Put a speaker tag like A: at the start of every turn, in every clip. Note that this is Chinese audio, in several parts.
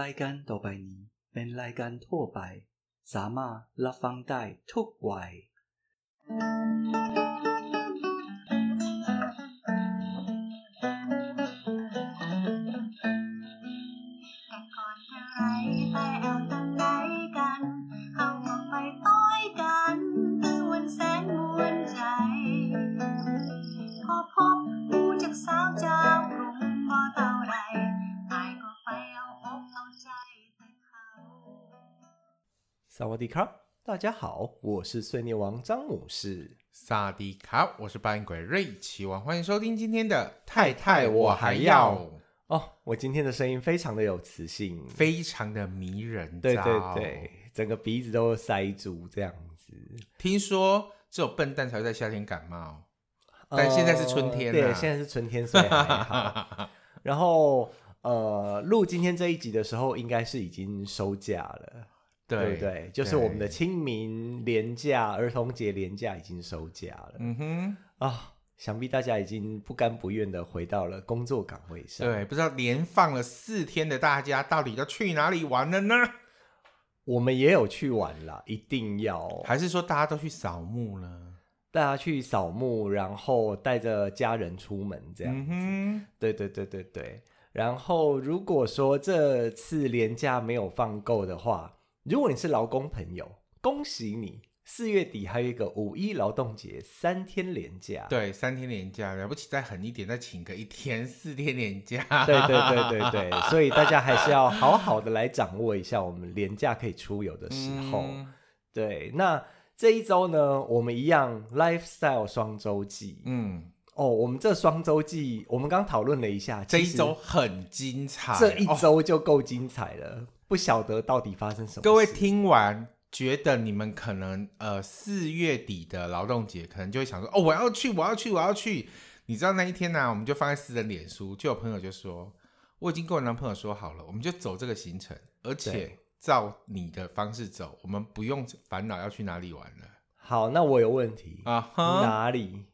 A: รายการต่อไปนี้เป็นรายการทั่วไป สามารถรับฟังได้ทุกวัย
B: แต่ก่อนแต่ไรแต่แอลตั้งไหนกัน เข้าออกไปต้อยกันคือวันแสนมวนใจ พอพบผู้จากสาวเจ้ากรุงพอเท่าไรตายก็ไปเอาอกเอาใจแต่เขา
C: 萨瓦迪卡，大家好，我是碎念王张姆士。
D: 萨迪卡，我是扮演鬼瑞奇王，欢迎收听今天的
C: 太
D: 太我还要，
C: 哦，我今天的声音非常的有磁性，
D: 非常的迷人。
C: 对对对，整个鼻子都塞住这样子。
D: 听说只有笨蛋才会在夏天感冒，但现在是春天
C: 呃对，
D: 啊
C: 现在是春天，所以还好。 然后呃，录今天这一集的时候，应该是已经收假了，对
D: 对
C: 不对？就是我们的清明连假、儿童节连假已经收假了啊、
D: 嗯哼，
C: 想必大家已经不甘不愿的回到了工作岗位上。
D: 对，不知道连放了四天的大家到底要去哪里玩了呢？
C: 我们也有去玩啦，一定要
D: 还是说大家都去扫墓了？
C: 大家去扫墓，然后带着家人出门这样子。
D: 嗯
C: 对对对对对。然后如果说这次年假没有放够的话，如果你是劳工朋友，恭喜你，四月底还有一个五一劳动节三天连假。
D: 哼，对，三天连假，了不起再狠一点，再请个一天，四天连假。
C: 对对对对对，所以大家还是要好好的来掌握一下我们年假可以出游的时候。
D: 嗯
C: 对，那这一周呢，我们一样 lifestyle 双周记。
D: 嗯，
C: 哦，我们这双周记，我们刚讨论了一下，
D: 这
C: 其
D: 一
C: 实
D: 周很精彩，
C: 这一
D: 哦
C: 周就够精彩了，不晓得到底发生什么事。
D: 哦各位听完，觉得你们可能呃四月底的劳动节，可能就会想说，哦，我要去，我要去，我要去。你知道那一天啊呢、我们就放在私人脸书，就有朋友就说，我已经跟我男朋友说好了，我们就走这个行程，而且
C: 对
D: 照你的方式走，我们不用烦恼要去哪里玩了
C: 好，那我有问题，
D: 啊哈。
C: 哪里？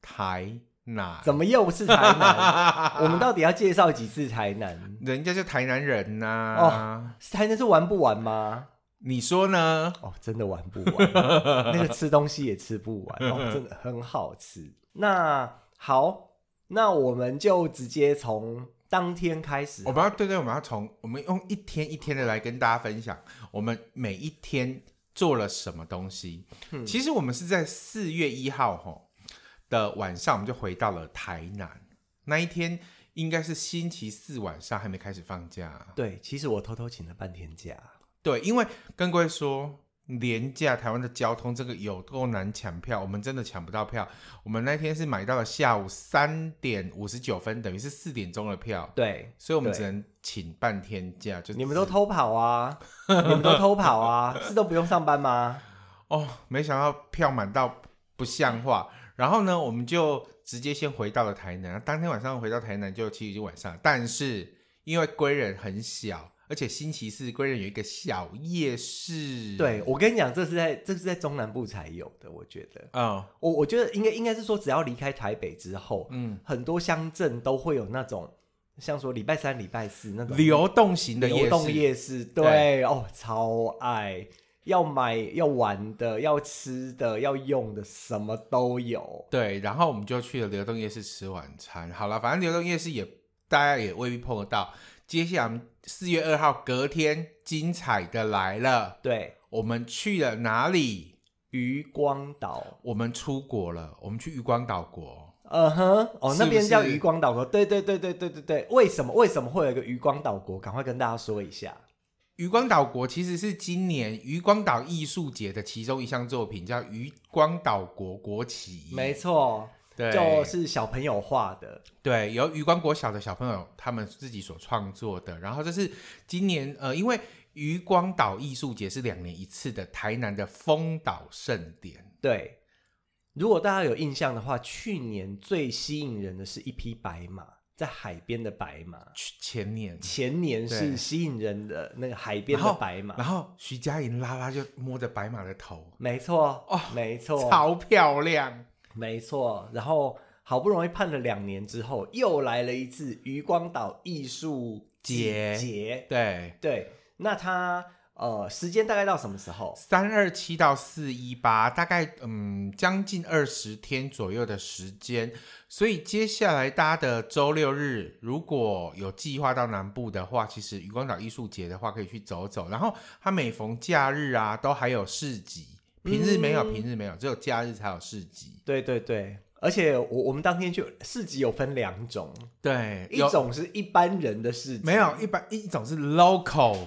D: 台南，
C: 怎么又是台南？ 我们到底要介绍几次台南？
D: 人家是台南人呐、
C: 台南是玩不完吗？
D: 你说呢？
C: 哦，真的玩不完，那个吃东西也吃不完，哦，真的很好吃。那好，那我们就直接从当天开始
D: 我。们要对对，我们要从我们用一天一天的来跟大家分享，我们每一天做了什么东西。
C: 嗯
D: 其实我们是在四月一号吼的晚上，我们就回到了台南。那一天应该是星期四晚上，还没开始放假。
C: 对，其实我偷偷请了半天假。
D: 对，因为跟各位说，廉价台湾的交通这个有够难抢票，我们真的抢不到票。我们那天是买到了下午三点五十九分，等于是四点钟的票。
C: 对，
D: 所以我们
C: 对
D: 只能请半天假，就
C: 你们
D: 只
C: 都偷跑 啊！你们都偷跑啊！是都不用上班吗？
D: 哦，没想到票满到不像话。然后呢，我们就直接先回到了台南。当天晚上回到台南就其实已经晚上了，但是因为归仁很小，而且星期四归仁有一个小夜市。
C: 对，我跟你讲，这是在这是在中南部才有的，我觉得。
D: 哦，
C: 我我觉得应该应该是说，只要离开台北之后，
D: 嗯，
C: 很多乡镇都会有那种，像说礼拜三、礼拜四那种
D: 流动型的夜
C: 流
D: 市，
C: 动夜市，对哦，超爱，要买要玩的、要吃的、要用的，什么都有。
D: 对，然后我们就去了流动夜市吃晚餐。好了，反正流动夜市也大家也未必碰得到。接下来我们四月二号隔天精彩的来了，
C: 对，
D: 我们去了哪里？
C: 渔光岛，
D: 我们出国了，我们去渔光岛国。
C: 嗯哼，哦，
D: 是
C: 那
D: 不
C: 边叫
D: 是
C: 渔光岛国，对对对对对对对。为什么为什么会有一个渔光岛国？赶快跟大家说一下。
D: 渔光岛国其实是今年渔光岛艺术节的其中一项作品，叫渔光岛国国旗。
C: 没，错，
D: 对，
C: 就是小朋友画的，
D: 对，由渔光国小的小朋友他们自己所创作的。然后这是今年呃，因为渔光岛艺术节是两年一次的台南的丰岛盛典。
C: 对。如果大家有印象的话，去年最吸引人的是一匹白马，在海边的白马。
D: 去前年，
C: 前年是
D: 对
C: 吸引人的那个海边
D: 然
C: 的
D: 后
C: 白马
D: 然，后徐佳莹拉拉就摸着白马的头，
C: 没错，
D: 哦
C: 没错，
D: 超漂亮。
C: 没错。然后好不容易盼了两年之后，又来了一次渔光岛艺术
D: 节
C: 节，
D: 对，
C: 对，那它呃时间大概到什么时候？
D: 三二七到四一八，大概嗯将近二十天左右的时间，所以接下来大家的周六日如果有计划到南部的话，其实渔光岛艺术节的话可以去走走，然后它每逢假日啊都还有市集，平日没有，
C: 嗯
D: 平日没有，只有假日才有市集。
C: 对对对，而且我我们当天去市集有分两种，
D: 对，
C: 一
D: 有
C: 种是一般人的市集，
D: 没有一般一种是 local，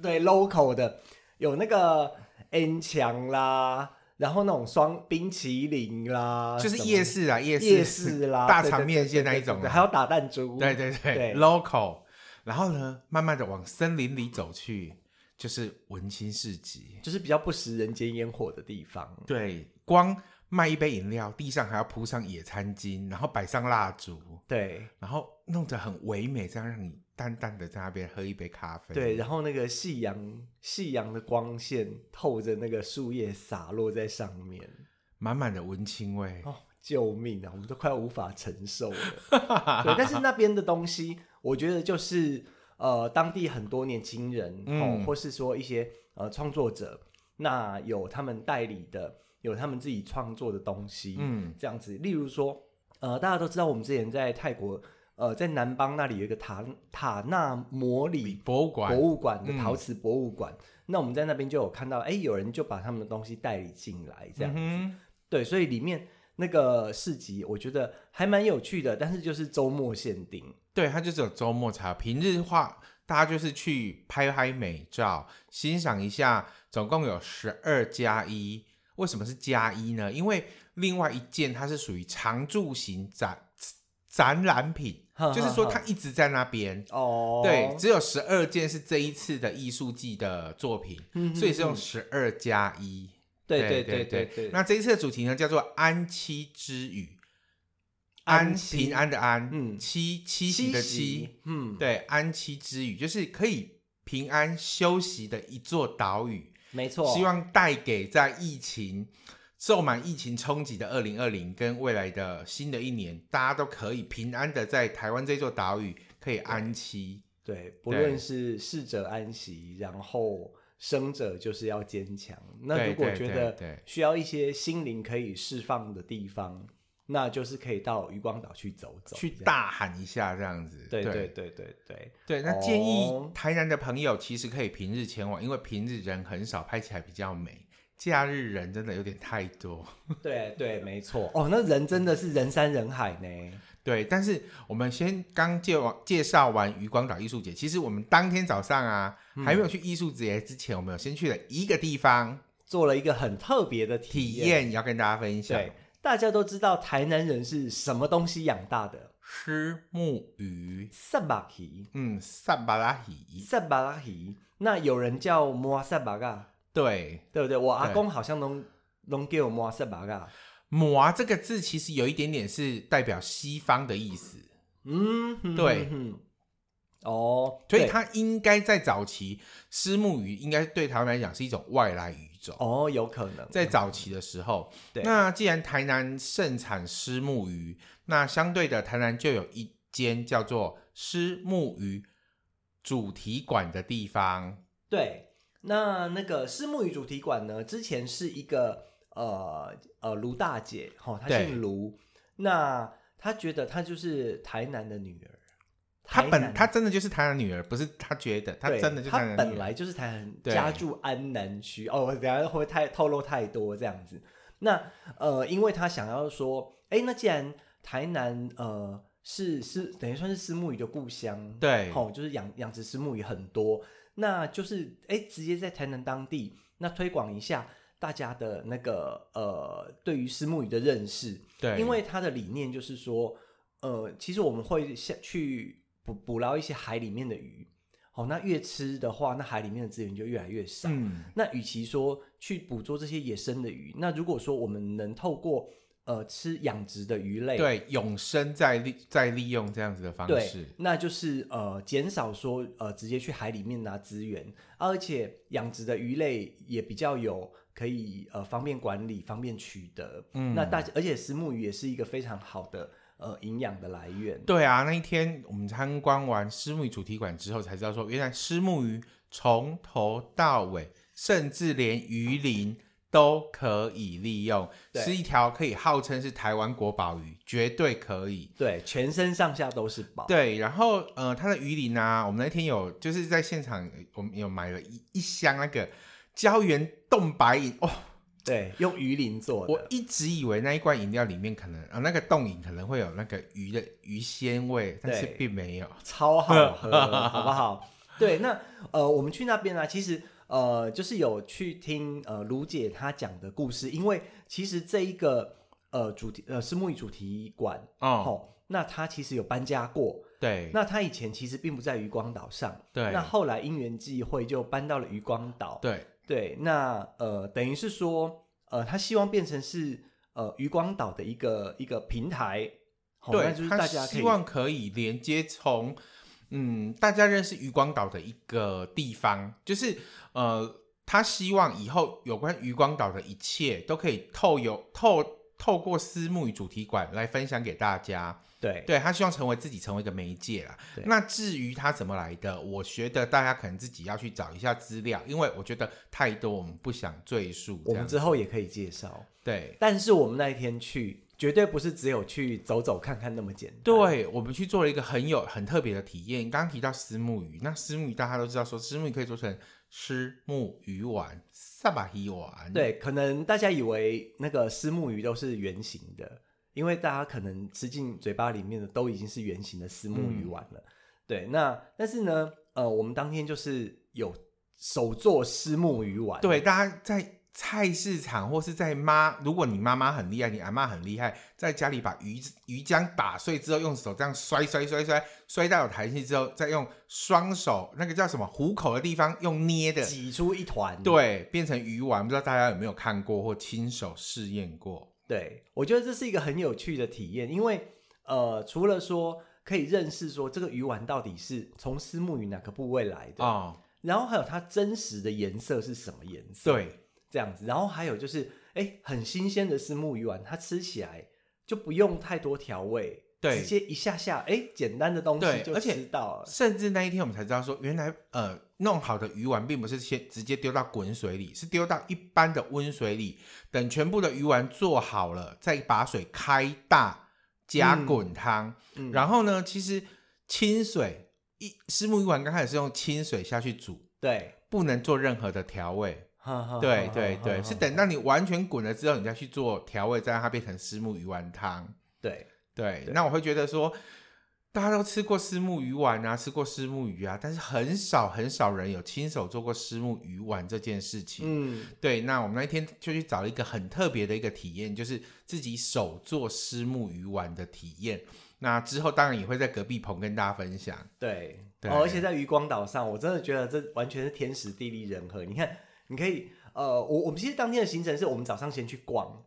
C: 对 local 的，有那个 N 墙啦，然后那种双冰淇淋啦，
D: 就是
C: 什么
D: 夜市啊，夜市
C: 夜市啦，
D: 大
C: 对
D: 肠
C: 对
D: 面
C: 对
D: 线那
C: 对
D: 一
C: 对
D: 种
C: 对
D: 啊
C: 还有打弹珠，
D: 对对对
C: 对
D: l o c a l 然后呢，慢慢的往森林里走去，就是文青市集。
C: 就是比较不食人间烟火的地方。
D: 对，光卖一杯饮料，地上还要铺上野餐巾，然后摆上蜡烛，
C: 对
D: 然后弄得很唯美，这样让你淡淡的在那边喝一杯咖啡。
C: 对，然后那个夕阳，夕阳的光线透着那个树叶洒落在上面，
D: 满满的文 青味。
C: 哦，救命啊！我们都快要无法承受 了。对，但是那边的东西，我觉得就是呃，当地很多年轻人，哦
D: 嗯，
C: 或是说一些呃创作者，那有他们代理的，有他们自己创作的东西，
D: 嗯
C: 这样子。例如说，呃，大家都知道我们之前在泰国，呃，在南邦那里有一个塔塔纳摩里
D: 博物馆
C: 博物馆的
D: 嗯
C: 陶瓷博物馆，那我们在那边就有看到，哎，有人就把他们的东西代理进来，这样子。
D: 嗯
C: 对，所以里面那个市集，我觉得还蛮有趣的，但是就是周末限定。
D: 哼对，它就只有周末才有，平日的话，大家就是去拍拍美照，欣赏一下。总共有十二加一，为什么是加一呢？因为另外一件它是属于常驻型展展 览品，
C: 哼
D: 就是说
C: 哼
D: 它
C: 哼
D: 一直在那边。
C: 哦，
D: 对，只有十二件是这一次的艺术季的作品，
C: 嗯
D: 所以是用
C: 嗯
D: 十二加一。
C: 对
D: 对
C: 对对对对，
D: 那这一次的主题呢，叫做“安期之语”，安
C: 安期
D: 平安的安，
C: 嗯
D: 期期息的期，，
C: 嗯，
D: 对，安期之语就是可以平安休息的一座岛屿，
C: 没错，
D: 希望带给在疫情。受满疫情冲击的二零二零跟未来的新的一年，大家都可以平安的在台湾这座岛屿可以安期，
C: 对，不
D: 对
C: 论是逝者安息，然后。生者就是要坚强。那
D: 对
C: 如果
D: 对
C: 觉
D: 对
C: 得
D: 对
C: 需要一些心灵可以释放的地方，那就是可以到渔光岛去走走，
D: 去
C: 这样。
D: 大喊一下这样子。
C: 对对
D: 对
C: 对对对，
D: 对，那建议
C: 哦
D: 台南的朋友其实可以平日前往，因为平日人很少，拍起来比较美。假日人真的有点太多，
C: 对对，没错。哦，那人真的是人山人海呢。
D: 对。但是我们先刚介完介绍完渔光岛艺术节，其实我们当天早上啊，还没有去艺术节之前，我们有先去了一个地方
C: 做了一个很特别的体
D: 体。验，要跟大家分享
C: 对，大家都知道台南人是什么东西养大的？
D: 虱目鱼，
C: 萨巴鱼，
D: 嗯，萨巴拉鱼，
C: 萨巴拉鱼。那有人叫摩萨巴嘎，
D: 对。
C: 对不对？我阿
D: 对
C: 公好像都都给我摩萨巴嘎。
D: 抹啊这个字其实有一点点是代表西方的意思，
C: 嗯，哼
D: 对。
C: 哼哼哦，
D: 所以
C: 对
D: 它应该在早期，虱目鱼应该对台湾来讲是一种外来鱼种。
C: 哦，有可能
D: 在早期的时候，
C: 对
D: 那既然台南盛产虱目鱼，那相对的台南就有一间叫做虱目鱼主题馆的地方。
C: 对，那那个私木鱼主题馆呢，之前是一个呃呃卢大姐哈、她
D: 对
C: 姓卢，那她觉得她就是台南的女儿，
D: 她
C: 台
D: 本
C: 南
D: 她真的就是台南女儿，不是她觉得，她
C: 对
D: 真的就是
C: 她
D: 台南女儿。
C: 本来就是台南，
D: 对
C: 家住安南区哦，我等一下会不会太透露太多这样子？那呃，因为她想要说，哎，那既然台南呃是是等于算是私木鱼的故乡，
D: 对
C: 吼、就是养养殖石目鱼很多，那就是哎，直接在台南当地那推广一下大家的那个呃对于石目鱼的认识，
D: 对，
C: 因为它的理念就是说，呃，其实我们会下去捕捕捞一些海里面的鱼，哦，那越吃的话，那海里面的资源就越来越少。
D: 嗯，
C: 那与其说去捕捉这些野生的鱼，那如果说我们能透过呃吃养殖的鱼类，
D: 对，永生再利再利用这样子的方
C: 对，
D: 式，
C: 那就是呃减少说呃直接去海里面拿资源，啊而且养殖的鱼类也比较有可以呃方便管理、方便取得。
D: 嗯
C: 那大而且石目鱼也是一个非常好的呃营养的来源。
D: 对啊，那一天我们参观完虱目鱼主题馆之后，才知道说，原来虱目鱼从头到尾，甚至连鱼鳞都可以利用，
C: 对
D: 是一条可以号称是台湾国宝鱼，绝对可以。
C: 对，全身上下都是宝。
D: 对，然后呃，它的鱼鳞啊，我们那天有就是在现场，呃我们有买了一一箱那个胶原冻白饮，哇、
C: 对，用鱼鳞做
D: 我
C: 的。
D: 一直以为那一罐饮料里面可能啊，那个冻饮可能会有那个鱼的鱼鲜味，但是
C: 对
D: 并没有。
C: 超好喝，好不好？对，那呃，我们去那边呢、其实呃，就是有去听呃卢姐她讲的故事，因为其实这一个呃主题呃是木鱼主题馆哦
D: 哦，
C: 那她其实有搬家过，
D: 对，
C: 那她以前其实并不在渔光岛上，
D: 对
C: 那后来因缘际会就搬到了渔光岛，
D: 对，
C: 对，那呃，等于是说，呃，他希望变成是呃渔光岛的一个一个平台，好哦那
D: 对，
C: 就是
D: 他
C: 大家可以
D: 希望可以连接从嗯大家认识渔光岛的一个地方，就是呃，他希望以后有关渔光岛的一切都可以透有透透过私募与主题馆来分享给大家。
C: 对
D: 对他希望成为自己成为一个媒介啦
C: 对。
D: 那至于他怎么来的，我觉得大家可能自己要去找一下资料，因为我觉得太多我们不想赘述。
C: 我
D: 这
C: 们
D: 样
C: 之后也可以介绍，
D: 对
C: 但是我们那一天去，绝对不是只有去走走看看那么简单。
D: 对，我们去做了一个很有很特别的体验。刚刚提到石目鱼，那石目鱼大家都知道说，石目鱼可以做成石目鱼丸、萨巴鱼丸。
C: 对，可能大家以为那个丝木鱼都是圆形的，因为大家可能吃进嘴巴里面的都已经是圆形的丝木鱼
D: 嗯
C: 丸了。对，那但是呢，呃，我们当天就是有手做丝木鱼丸，
D: 对，大家在菜市场或是在妈，如果你妈妈很厉害，你阿妈很厉害，在家里把鱼鱼浆打碎之后，用手这样摔摔摔摔摔到有弹性之后，再用双手那个叫什么虎口的地方用捏的，
C: 挤出一团。
D: 对，变成鱼丸。不知道大家有没有看过或亲手试验过？
C: 对，我觉得这是一个很有趣的体验，因为呃，除了说可以认识说这个鱼丸到底是从丝木鱼哪个部位来的，
D: 哦，
C: 然后还有它真实的颜色是什么颜色，
D: 对。
C: 这样子，然后还有就是，哎，很新鲜的丝木鱼丸，它吃起来就不用太多调味，
D: 对
C: 直接一下下，哎，简单的东西
D: 对
C: 就
D: 而且
C: 吃到了，
D: 甚至那一天我们才知道说，原来呃弄好的鱼丸并不是先直接丢到滚水里，是丢到一般的温水里，等全部的鱼丸做好了，再把水开大加滚汤。
C: 嗯
D: 然后呢，其实清水一石目鱼丸刚开始是用清水下去煮，
C: 对，
D: 不能做任何的调味。
C: 哈哈
D: 对
C: 哈
D: 对
C: 哈
D: 对，
C: 哈
D: 是
C: 哈
D: 等到你完全滚了之后，你再去做调味，再让它变成石目鱼丸汤。
C: 对
D: 对，
C: 对
D: 那我会觉得说，大家都吃过虱目鱼丸啊，吃过虱目鱼啊，但是很少很少人有亲手做过虱目鱼丸这件事情。
C: 嗯，
D: 对，那我们那一天就去找了一个很特别的一个体验，就是自己手做虱目鱼丸的体验。那之后当然也会在隔壁棚跟大家分享。
C: 对，
D: 对
C: 哦而且在渔光岛上，我真的觉得这完全是天时地利人和。你看，你可以，呃，我我们其实当天的行程是我们早上先去逛，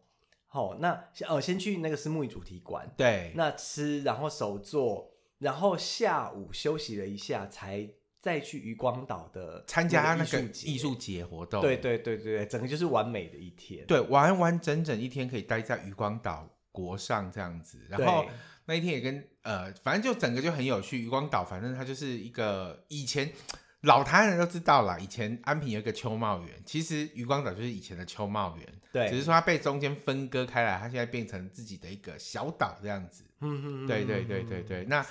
C: 好、那呃先去那个私木鱼主题馆，
D: 对，
C: 那吃，然后手做，然后下午休息了一下，才再去渔光岛的
D: 参加那个
C: 个节
D: 艺术。节活动，
C: 对对对对对，整个就是完美的一天。
D: 对，完完整整一天可以待在渔光岛国上这样子，然后
C: 对
D: 那一天也跟呃，反正就整个就很有趣。渔光岛，反正它就是一个以前老台湾人都知道啦，以前安平有一个秋茂园，其实渔光岛就是以前的秋茂园，
C: 对，
D: 只是说它被中间分割开来，它现在变成自己的一个小岛这样子。
C: 嗯，嗯嗯
D: 对对对对对，那。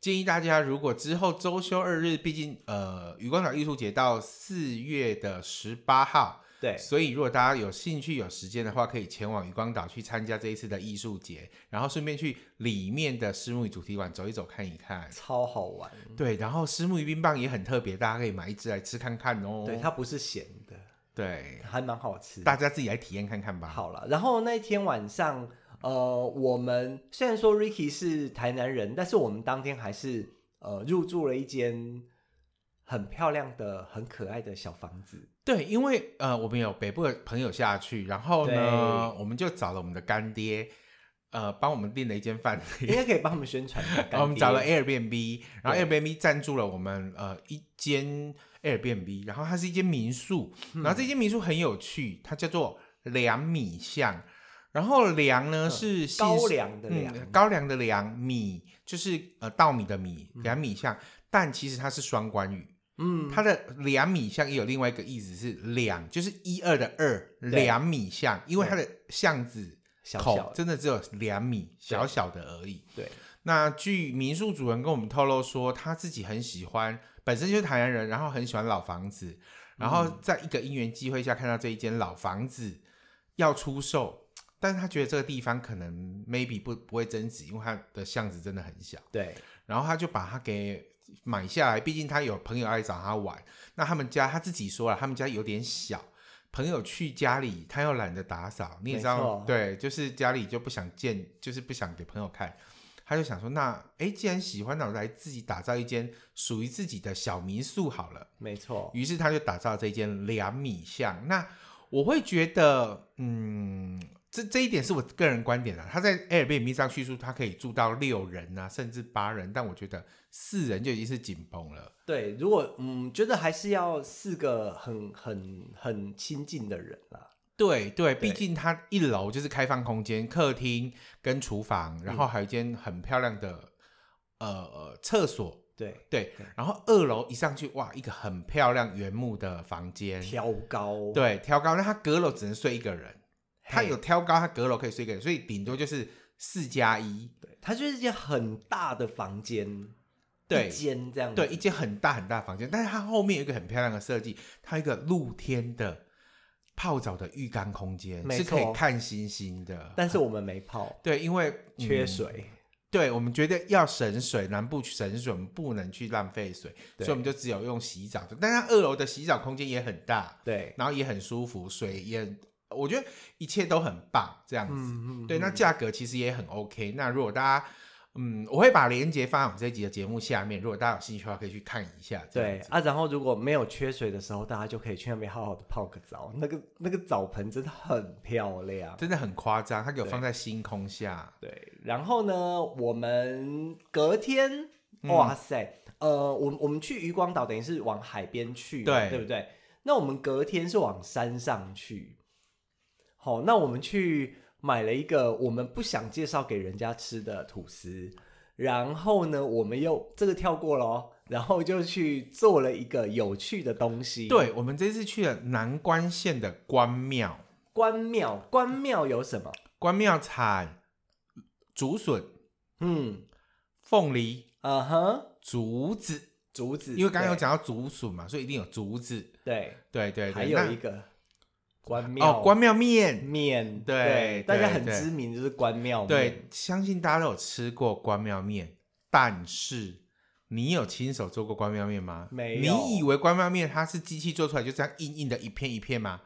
D: 建议大家，如果之后周休二日，毕竟呃，渔光岛艺术节到四月的十八号，
C: 对
D: 所以如果大家有兴趣、有时间的话，可以前往渔光岛去参加这一次的艺术节，然后顺便去里面的石目鱼主题馆走一走、看一看。
C: 超好玩。
D: 对，然后石目鱼冰棒也很特别，大家可以买一只来吃看看哦。
C: 对，它不是咸的，
D: 对
C: 还蛮好吃的。
D: 大家自己来体验看看吧。，
C: 好了，然后那一天晚上，呃，我们虽然说 Ricky 是台南人，但是我们当天还是呃入住了一间很漂亮的、很可爱的小房 子。
D: 对，因为呃，我们有北部的朋友下去，然后呢，我们就找了我们的干爹，呃，帮我们订了一间饭
C: 应
D: 店。
C: 该可以帮我们宣传一哦下干爹。
D: 然后我们找了哎 Airbnb，然后
C: 对
D: Airbnb 赞助了我们呃一间 Airbnb，然后
C: 嗯
D: 它是一间民宿，然后这间民宿很有趣，它叫做两米巷。然后粮呢
C: 嗯
D: 是细
C: 高粱的粮
D: 嗯，高粱的粱，米就是呃稻米的米，两米象，但其实它是双关语，
C: 嗯，
D: 它的两米象也有另外一个意思是两，就是一二的二，两米象，因为它的巷子
C: 小
D: 口
C: 小的
D: 真的只有两米，小小的而已。
C: 对，
D: 那据民宿主人跟我们透露说，他自己很喜欢，本身就是台南人，然后很喜欢老房子，然后在一个因缘机会下看到这一间老房子要出售，但是他觉得这个地方可能 maybe 不不会增值，因为它的巷子真的很小，
C: 对，
D: 然后他就把它给买下来，毕竟他有朋友来找他玩，那他们家他自己说了，他们家有点小。朋友去家里，他又懒得打扫，你也知
C: 没
D: 道
C: 错，
D: 对，就是家里就不想见，就是不想给朋友看，他就想说，那哎，诶既然喜欢，那我来自己打造一间属于自己的小民宿好了。
C: 没错，
D: 于是他就打造这间两米巷。那我会觉得，嗯，这这一点是我个人观点啦。他在 Airbnb 上叙述，他可以住到六人啊，甚至八人，但我觉得四人就已经是紧绷了。
C: 对。如果嗯，觉得还是要四个很很很亲近的人啦。
D: 对对，毕
C: 对
D: 竟它一楼就是开放空间，客厅跟厨房，然后还有一间很漂亮的、呃呃厕所。
C: 对，
D: 对
C: 对，
D: 然后二楼一上去，哇，一个很漂亮原木的房间，
C: 挑高，
D: 对，挑高，那他阁楼只能睡一个人，
C: 嘿
D: 他有挑高，他阁楼可以睡一个人，所以顶多就是四加一，
C: 对，它就是一间很大的房间，
D: 对
C: 一间这样子，
D: 对，一间很大很大的房间，但是它后面有一个很漂亮的设计，它有一个露天的泡澡的浴缸空间，
C: 没
D: 是可以
C: 错
D: 看星星的。
C: 但是我们没泡，
D: 对，因为
C: 缺、
D: 嗯
C: 水，
D: 对我们觉得要省水，南部省水，我们不能去浪费水，
C: 对
D: 所以我们就只有用洗澡的。但它二楼的洗澡空间也很大，
C: 对，
D: 然后也很舒服，水也，我觉得一切都很棒，这样子。
C: 嗯
D: 对，那价格其实也很 OK。那如果大家，嗯，我会把链接放在我们这一集的节目下面，如果大家有兴趣的话，可以去看一下。这样
C: 对
D: 子
C: 啊，然后如果没有缺水的时候，大家就可以去那边好好的泡个澡，那个那个澡盆真的很漂亮。
D: 真的很夸张，它给我放在星空下。
C: 对，然后呢，我们隔天，
D: 嗯
C: 哇塞，呃，我们我们去渔光岛等于是往海边去嘛，
D: 对
C: 对不对？那我们隔天是往山上去，好，那我们去买了一个我们不想介绍给人家吃的吐司，然后呢，我们又这个跳过咯，然后就去做了一个有趣的东西，
D: 对，我们这次去了南关县的关庙，
C: 关庙，关庙有什么？
D: 关庙产竹笋、
C: 嗯，
D: 凤梨、
C: 啊哈，
D: 竹子，
C: 竹子，
D: 因为刚刚有
C: 对
D: 讲到竹笋嘛，所以一定有竹子。
C: 对。
D: 对对对，
C: 还有
D: 那
C: 一个关庙
D: 哦，关庙面。
C: 面，
D: 对对
C: 大家很
D: 对
C: 知名就是关庙面，
D: 对，相信大家都有吃过关庙面，但是你有亲手做过关庙面吗？
C: 没有
D: 你以为关庙面它是机器做出来就这样硬硬的一片一片吗？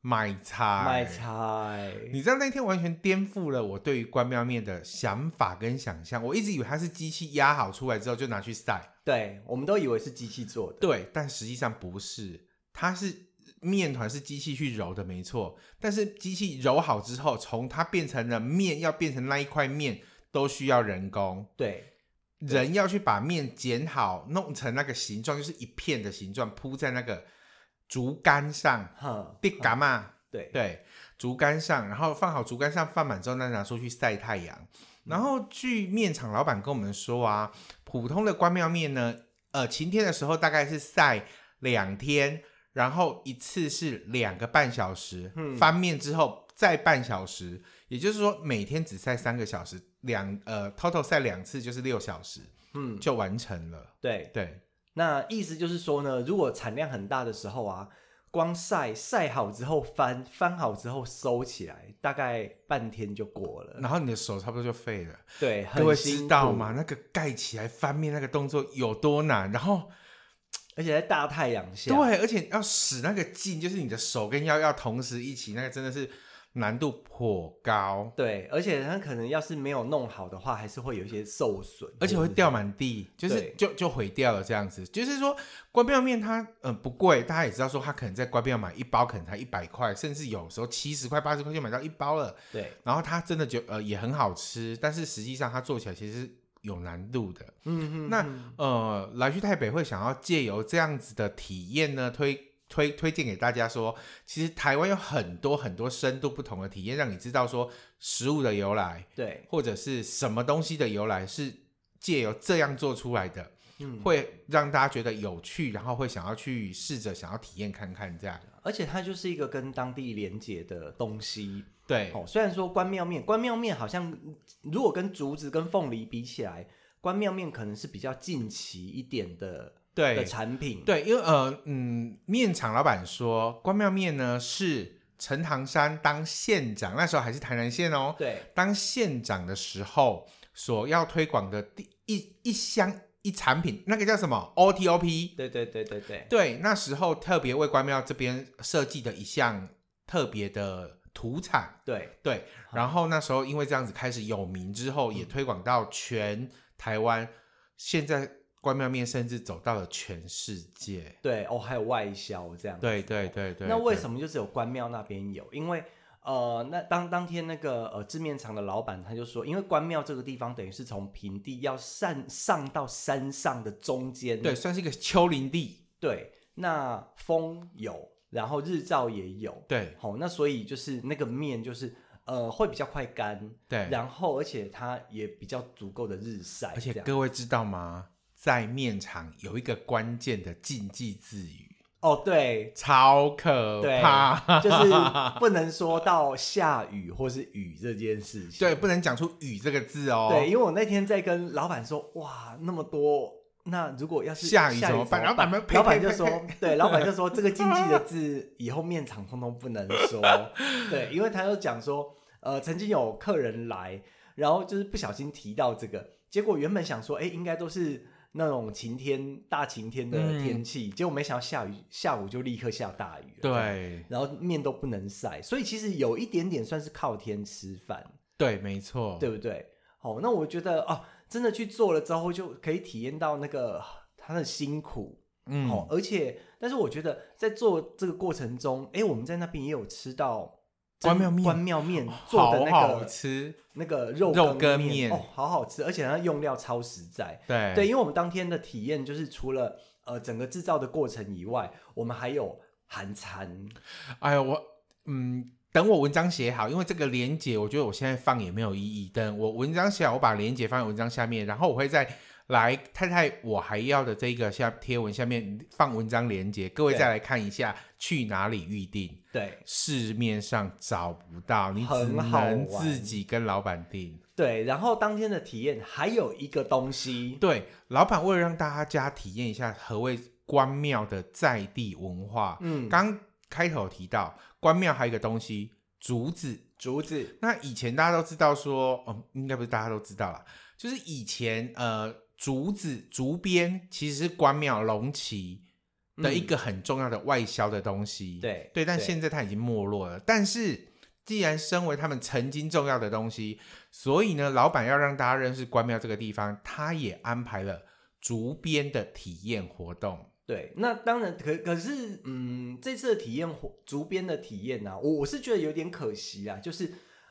D: 买菜，
C: 卖。菜，
D: 你知道那天完全颠覆了我对于关庙面的想法跟想象。我一直以为它是机器压好出来之后就拿去晒，
C: 对我们都以为是机器做的，
D: 对，但实际上不是，它是面团是机器去揉的，没错。但是机器揉好之后，从它变成了面，要变成那一块面，都需要人工。
C: 对
D: 人要去把面剪好，弄成那个形状，就是一片的形状，铺在那个竹竿上，
C: 哈，
D: 地嘎嘛，
C: 对
D: 对，竹竿上，然后放好竹竿上放满之后，再拿出去晒太阳。
C: 嗯
D: 然后据面厂老板跟我们说啊，普通的关庙面呢，呃，晴天的时候大概是晒两天，然后一次是两个半小时，
C: 嗯
D: 翻面之后再半小时，也就是说每天只晒三个小时，两呃 total 晒两次就是六小时
C: 嗯，
D: 就完成了。
C: 对，
D: 对
C: 那意思就是说呢，如果产量很大的时候啊。光晒晒好之后翻翻好之后收起来，大概半天就过了。
D: 然后你的手差不多就废了。
C: 对，
D: 各位
C: 很辛
D: 知
C: 苦
D: 道吗？？那个盖起来翻面那个动作有多难？然后
C: 而且在大太阳下，
D: 对，而且要使那个劲，就是你的手跟腰要同时一起，那个真的是难度颇高，
C: 对，而且它可能要是没有弄好的话，还是会有一些受损，
D: 而且
C: 或
D: 会
C: 者是
D: 掉满地，就是
C: 对
D: 就就毁掉了这样子。就是说，关庙面它嗯、呃不贵，大家也知道说它可能在关庙买一包可能才一百块，甚至有时候七十块、八十块就买到一包了。
C: 对，
D: 然后它真的就呃也很好吃，但是实际上它做起来其实是有难度的。
C: 嗯哼
D: 那呃，来去台北会想要借由这样子的体验呢，推推推荐给大家说，其实台湾有很多很多深度不同的体验，让你知道说食物的由来，
C: 对，
D: 或者是什么东西的由来是借由这样做出来的，
C: 嗯，
D: 会让大家觉得有趣，然后会想要去试着想要体验看看这样。
C: 而且它就是一个跟当地连结的东西。
D: 对，
C: 哦，虽然说关庙面，关庙面好像如果跟竹子跟凤梨比起来，关庙面可能是比较近期一点的的
D: 对，
C: 产品。，
D: 对，因为呃，嗯，面厂老板说，关庙面呢是陈唐山当县长，那时候还是台南县哦，
C: 对，
D: 当县长的时候所要推广的第一一箱一产品，那个叫什么 OTOP？
C: 对，对，对，对，对，
D: 对，那时候特别为关庙这边设计的一项特别的土产，
C: 对，
D: 对，然后那时候因为这样子开始有名之后，也推广到全台湾，现在关庙面甚至走到了全世界。
C: 对，哦，还有外销这样。
D: 对对对对。
C: 那为
D: 么？
C: 什么就只有关庙那边有？因为呃，那当当天那个呃制面厂的老板他就说，因为关庙这个地方等于是从平地要上上到山上的中间，
D: 对，算是一个丘陵地。
C: 对，那风有，然后日照也有，
D: 对
C: 好、那所以就是那个面就是呃会比较快干，
D: 对。
C: 然后而且它也比较足够的日晒，
D: 而且
C: 这样
D: 各位知道吗？在面场有一个关键的禁忌字语，
C: 哦对。
D: 超可
C: 对
D: 怕。，
C: 就是不能说到下雨或是雨这件事情。
D: 对，不能讲出“雨”这个字哦。
C: 对，因为我那天在跟老板说，哇，那么多，那如果要是
D: 下雨
C: 雨
D: 怎么办
C: 办？
D: 老板们呸
C: 老板
D: 呸
C: 就
D: 呸
C: 说，对，老板就说这个禁忌 的字以后面场通通不能说，对，因为他就讲说，呃，曾经有客人来，然后就是不小心提到这个，结果原本想说，哎，应该都是。那种晴天、大晴天的
D: 嗯
C: 天气，结果没想到下雨，下午就立刻下大雨了。这样，
D: 对
C: 然后面都不能晒，所以其实有一点点算是靠天吃饭。
D: 对，没错。
C: 对不对？好，那我觉得哦，真的去做了之后，就可以体验到那个他的辛苦
D: 嗯，
C: 哦，而且，但是我觉得在做这个过程中，哎，我们在那边也有吃到
D: 关庙
C: 真
D: 面
C: 关庙面做
D: 好
C: 的那个
D: 好吃。
C: 那个肉
D: 肉
C: 羹
D: 羹面
C: 哦，好好吃，而且它用料超实在。
D: 对
C: 对，因为我们当天的体验就是除了呃整个制造的过程以外，我们还有韩餐，
D: 哎呦，我嗯，等我文章写好，因为这个连接，我觉得我现在放也没有意义。等我文章写好，我把连接放在文章下面，然后我会再来太太我还要的这个下贴文下面放文章连接，各位
C: 对
D: 再来看一下去哪里预定，
C: 对
D: 市面上找不到，你只
C: 很好
D: 能
C: 玩
D: 自己跟老板订。
C: 对，然后当天的体验还有一个东西，
D: 对，老板为了让大家体验一下何谓关庙的在地文化，
C: 嗯，
D: 刚开头提到关庙还有一个东西，竹子。
C: 竹子，
D: 那以前大家都知道说，嗯，应该不是大家都知道啦，就是以前呃，竹子竹编其实是关庙龙旗
C: 嗯
D: 的一个很重要的外销的东西。
C: 对
D: 对，但现在它已经没落了。但是既然身为他们曾经重要的东西，所以呢，老板要让大家认识关庙这个地方，他也安排了竹编的体验活动。
C: 对，那当然可可是，嗯，这次的体验活竹编的体验呢、我我是觉得有点可惜啊，就是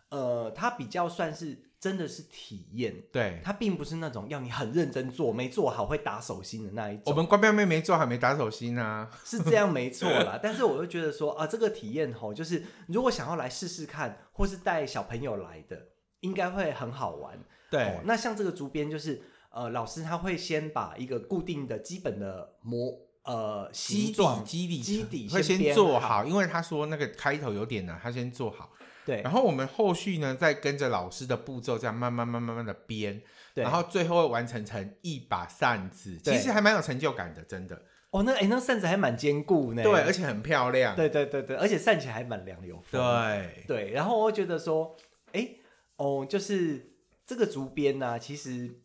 C: 呃，它比较算是真的是体验，
D: 对，
C: 它并不是那种要你很认真做，没做好会打手心的那一种。
D: 我们关庙妹没做，还没打手心呢、啊
C: 是这样没错 啦，但是我又觉得说啊，这个体验吼，就是如果想要来试试看，或是带小朋友来的，应该会很好玩。
D: 对，
C: 哦，那像这个竹编就是呃，老师他会先把一个固定的基本的模呃
D: 基
C: 形
D: 底
C: 状
D: 基底
C: 基底
D: 会先
C: 编
D: 做好，，因为他说那个开头有点难，他先做好，
C: 对
D: 然后我们后续呢再跟着老师的步骤，这样慢慢慢慢慢的编，
C: 对，
D: 然后最后会完成成一把扇子，其
C: 对
D: 实还蛮有成就感的，真的，
C: 哦，那哎、那扇子还蛮坚固呢，
D: 对，而且很漂亮，
C: 对对对对，而且扇起来还蛮凉有风，
D: 对
C: 对，然后我会觉得说，哎，哦，就是这个竹编呐、其实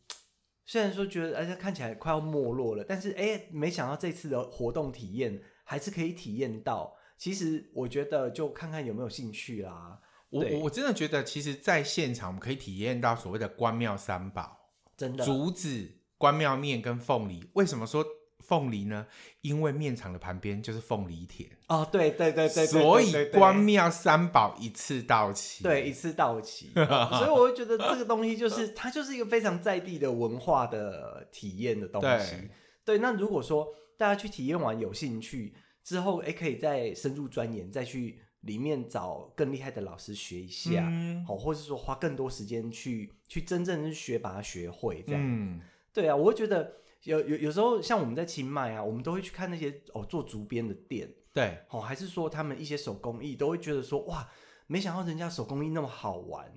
C: 虽然说觉得而且看起来快要没落了，但是哎，没想到这次的活动体验还是可以体验到。其实我觉得就看看有没有兴趣啦，
D: 我
C: 对
D: 我我真的觉得，其实在现场我们可以体验到所谓的关庙三宝，
C: 真的。
D: 竹子、关庙面跟凤梨。为什么说凤梨呢？因为面场的旁边就是凤梨田。
C: 哦，对对对对，对
D: 所
C: 对
D: 以
C: 对对
D: 关庙三宝一次到齐。
C: 对一次到 齐，所以我会觉得这个东西就是它就是一个非常在地的文化的体验的东西
D: 对。
C: 对，那如果说大家去体验完有兴趣，之后哎可以再深入钻研，再去里面找更厉害的老师学一下，
D: 嗯
C: 啊好、或是说花更多时间去去真正去学，把它学会这样。
D: 嗯，
C: 对啊，我会觉得有有有时候像我们在清迈啊，我们都会去看那些哦做竹编的店，
D: 对，
C: 哦，还是说他们一些手工艺都会觉得说哇，没想到人家手工艺那么好玩。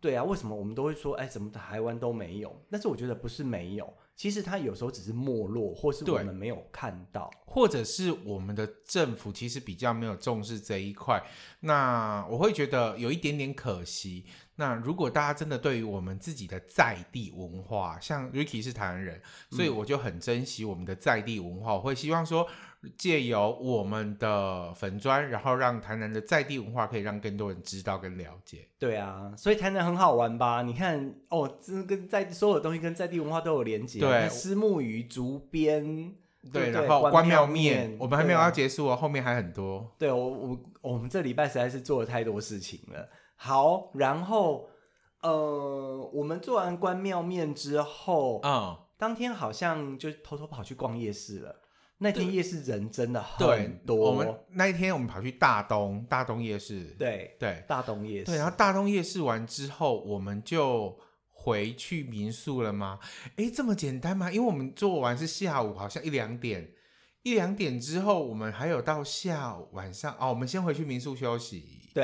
C: 对啊，为什么我们都会说，哎，怎么台湾都没有？但是我觉得不是没有，其实它有时候只是没落，或是我
D: 对
C: 们没有看到。
D: 或者是我们的政府其实比较没有重视这一块，那我会觉得有一点点可惜。那如果大家真的对于我们自己的在地文化，像 Ricky 是台湾人，所
C: 嗯
D: 以我就很珍惜我们的在地文化，我会希望说借由我们的粉砖，然后让台南的在地文化可以让更多人知道跟了解。
C: 对啊，所以台南很好玩吧？你看哦，这跟在所有东西跟在地文化都有连结啊。
D: 对
C: 你看虱目鱼、竹编，
D: 对，
C: 对对
D: 然后
C: 关
D: 关
C: 庙
D: 庙
C: 面
D: 面，我们还没有
C: 对啊
D: 要结束哦，后面还很多。
C: 对我我我们这礼拜实在是做了太多事情了。好，然后呃，我们做完关庙面之后，
D: 嗯，
C: 当天好像就偷偷跑去逛夜市了。那天夜市人真的
D: 对
C: 很，
D: 我
C: 多，
D: 们那一天我们跑去大东，大东夜市。
C: 对
D: 对，
C: 大东夜市，
D: 对，然后大东夜市完之后，我们就回去民宿了吗？诶，这么简单吗？因为我们做完是下午，好像一两点，一两点之后，我们还有到下午晚上哦，我们先回去民宿休息，
C: 对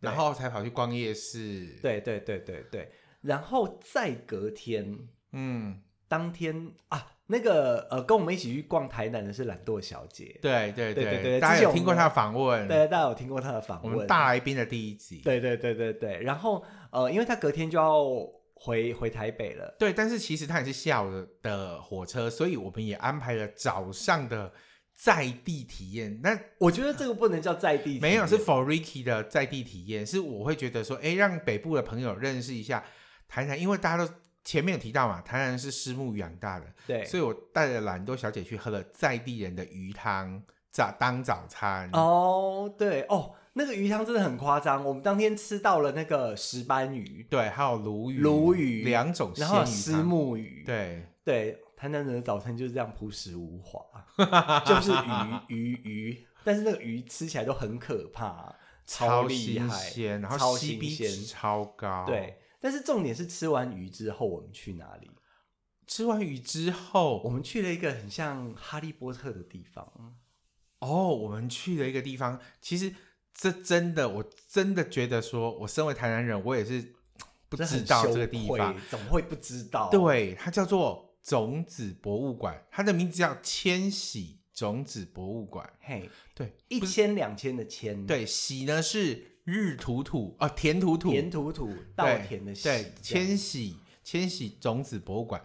C: 对
D: 然后才跑去逛夜市。，
C: 对对对对对，然后再隔天，
D: 嗯，
C: 当天啊，那个呃，跟我们一起去逛台南的是懒惰小姐，
D: 对对
C: 对对对
D: 大
C: 之
D: 家
C: 前
D: 有
C: 我
D: 听过
C: 们
D: 他的访问？
C: 对，大家有听过她的访
D: 我
C: 问，
D: 们大来宾的第一集。
C: 对对对对对，然后呃，因为他隔天就要回回台北了，
D: 对，但是其实它也是下午的的火车，所以我们也安排了早上的在地体验。那
C: 我觉得这个不能叫在 地体验，
D: 没有，是 for Ricky 的在地体验，是我会觉得说，哎，让北部的朋友认识一下台南，因为大家都前面有提到嘛，台南是虱目鱼养大的，
C: 对，
D: 所以我带了懒惰小姐去喝了在地人的鱼汤早当早餐。
C: 哦，对哦，那个鱼汤真的很夸张，我们当天吃到了那个石斑鱼，
D: 对，还有鲈鱼、
C: 鲈鱼
D: 两种鲜
C: 然
D: 鱼
C: 后
D: 汤，
C: 石目鱼，
D: 对，
C: 对，台南人的早餐就是这样朴实无 华，就是鱼鱼鱼，但是那个鱼吃起来都很可怕，
D: 超
C: 厉
D: 新
C: 害，
D: 鲜，然后
C: 超
D: CP
C: 新
D: 值
C: 鲜，
D: 超高。，
C: 对。但是重点是吃完鱼之后我们去哪里？
D: 吃完鱼之后，
C: 我们去了一个很像哈利波特的地方，
D: 哦，我们去了一个地方，其实这真的，我真的觉得说，我身为台南人，我也是不
C: 这
D: 知
C: 很
D: 道
C: 羞
D: 这个地
C: 愧哦
D: 方。，
C: 怎么会不知道？
D: 对，它叫做种子博物馆，它的名字叫千禧种子博物馆。
C: 嘿，
D: 对，
C: 一千两千的千，，
D: 对，禧呢是日土土哦，田土土，
C: 田土土稻田的喜
D: 对，
C: 这样
D: 千禧千禧种子博物馆。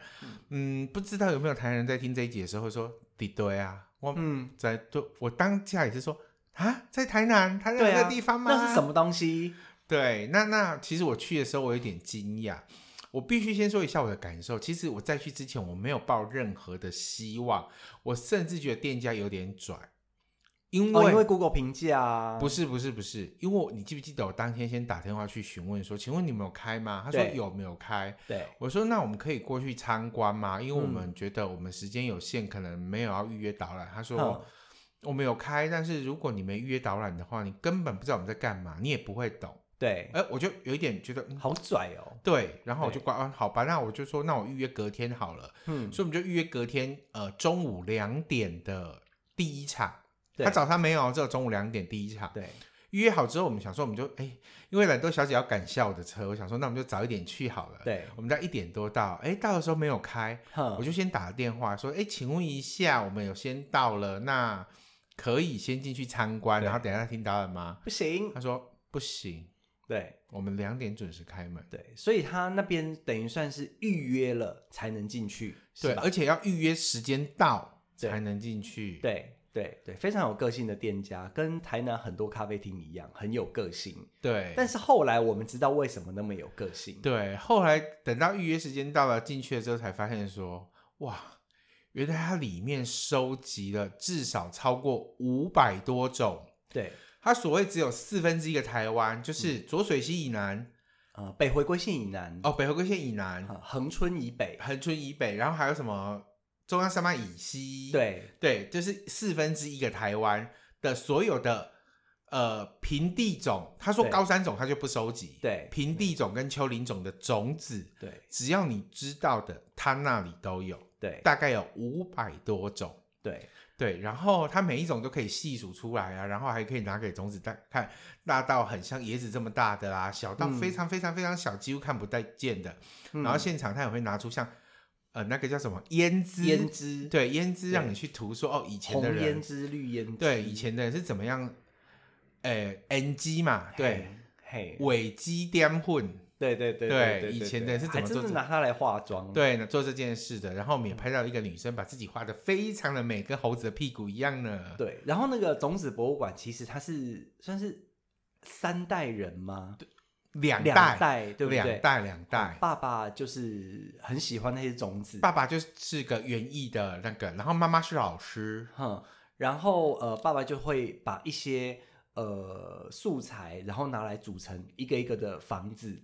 D: 嗯，不知道有没有台南人在听这一集的时候说，对对啊，我
C: 嗯，
D: 在对我当下也是说啊，在台南，台南
C: 对
D: 有这
C: 啊，
D: 个地方吗？
C: 那是什么？东西？
D: 对，那那其实我去的时候，我有点惊讶。我必须先说一下我的感受。其实我在去之前，我没有抱任何的希望，我甚至觉得店家有点拽，因
C: 哦，因为
D: 为
C: Google 评价啊，
D: 不是不是不是，因为我你记不记得我当天先打电话去询问说，请问你们有开吗？他说
C: 对
D: 有没有开？
C: 对，
D: 我说那我们可以过去参观吗？因为我
C: 嗯
D: 们觉得我们时间有限，可能没有要预约导览。他说、
C: 嗯
D: 我们有开，但是如果你没预约导览的话，你根本不知道我们在干嘛，你也不会懂。
C: 对，
D: 哎、我就有一点觉得，嗯，
C: 好拽哦，
D: 对，然后我就
C: 对
D: 挂、啊，好吧，那我就说，那我预约隔天好了，
C: 嗯，
D: 所以我们就预约隔天，呃，中午两点的第一场。
C: 对
D: 他早上没有，只有中午两点第一场。
C: 对，
D: 预约好之后，我们想说，我们就哎、因为懒惰小姐要赶下午的车，我想说，那我们就早一点去好了。，
C: 对，
D: 我们在一点多到，哎、到的时候没有开，
C: 哼，
D: 呃我就先打了电话说，哎、请问一下，我们有先到了，那可以先进去参观，
C: 对
D: 然后等一下听导览吗？
C: 不行
D: 他，说不行，
C: 对
D: 我们两点准时开门。
C: 对，所以他那边等于算是预约了才能进去，
D: 对，
C: 是吧
D: 而？且要预约时间到
C: 对
D: 才能进去。，
C: 对对对，非常有个性的店家，跟台南很多咖啡厅一样，很有个性。
D: 对，
C: 但是后来我们知道为什么那么有个性，
D: 对，后来等到预约时间到了，进去了之后才发现说，哇，原来它里面收集了至少超过五百多种。
C: 对，
D: 它所谓只有四分之一个台湾，就是
C: 嗯
D: 浊水溪以南、哦
C: 呃，北回归线以南，
D: 哦，北回归线以南、
C: 呃恒春以北，
D: 恒春以北，然后还有什么中央山脉以西，
C: 对，
D: 对，就是四分之一个台湾的所有的呃平地种，他说
C: 对
D: 高山种他就不收集，
C: 对
D: 平地种跟丘陵种的种子，
C: 对，
D: 只要你知道的，他那里都有，
C: 对，
D: 大概有五百多种。
C: 对，
D: 对，然后它每一种都可以细数出来啊，然后还可以拿给种子大看，大到很像椰子这么大的啦、小到非
C: 嗯
D: 常非常非常小，几乎看不太见的。
C: 嗯
D: 然后现场他也会拿出像呃那个叫什么胭脂，
C: 胭脂，，
D: 对胭脂让
C: 对
D: 你去涂说哦，以前
C: 红
D: 的
C: 胭
D: 人
C: 脂、绿胭脂，
D: 对以前的人是怎么样？呃，NG 嘛，对，
C: 嘿，嘿，
D: 伪基颠混，
C: 对对对
D: 对
C: 对，
D: 以
C: 对
D: 前的
C: 对
D: 人是怎
C: 还
D: 么
C: 真
D: 做
C: 的
D: 这
C: 拿它来化妆，
D: 对，做这件事的。然后我们也拍到一个女生把自己画的非常的美，跟猴子的屁股一样呢。
C: 对，然后那个种子博物馆其实它是算是三代人吗？
D: 两
C: 两
D: 代，
C: 代对不对？
D: 两代两代，
C: 爸爸就是很喜欢那些种子，
D: 爸爸就是个园艺的那个，然后妈妈是老师，
C: 哼，然后呃，爸爸就会把一些呃素材，然后拿来组成一个一个的房子，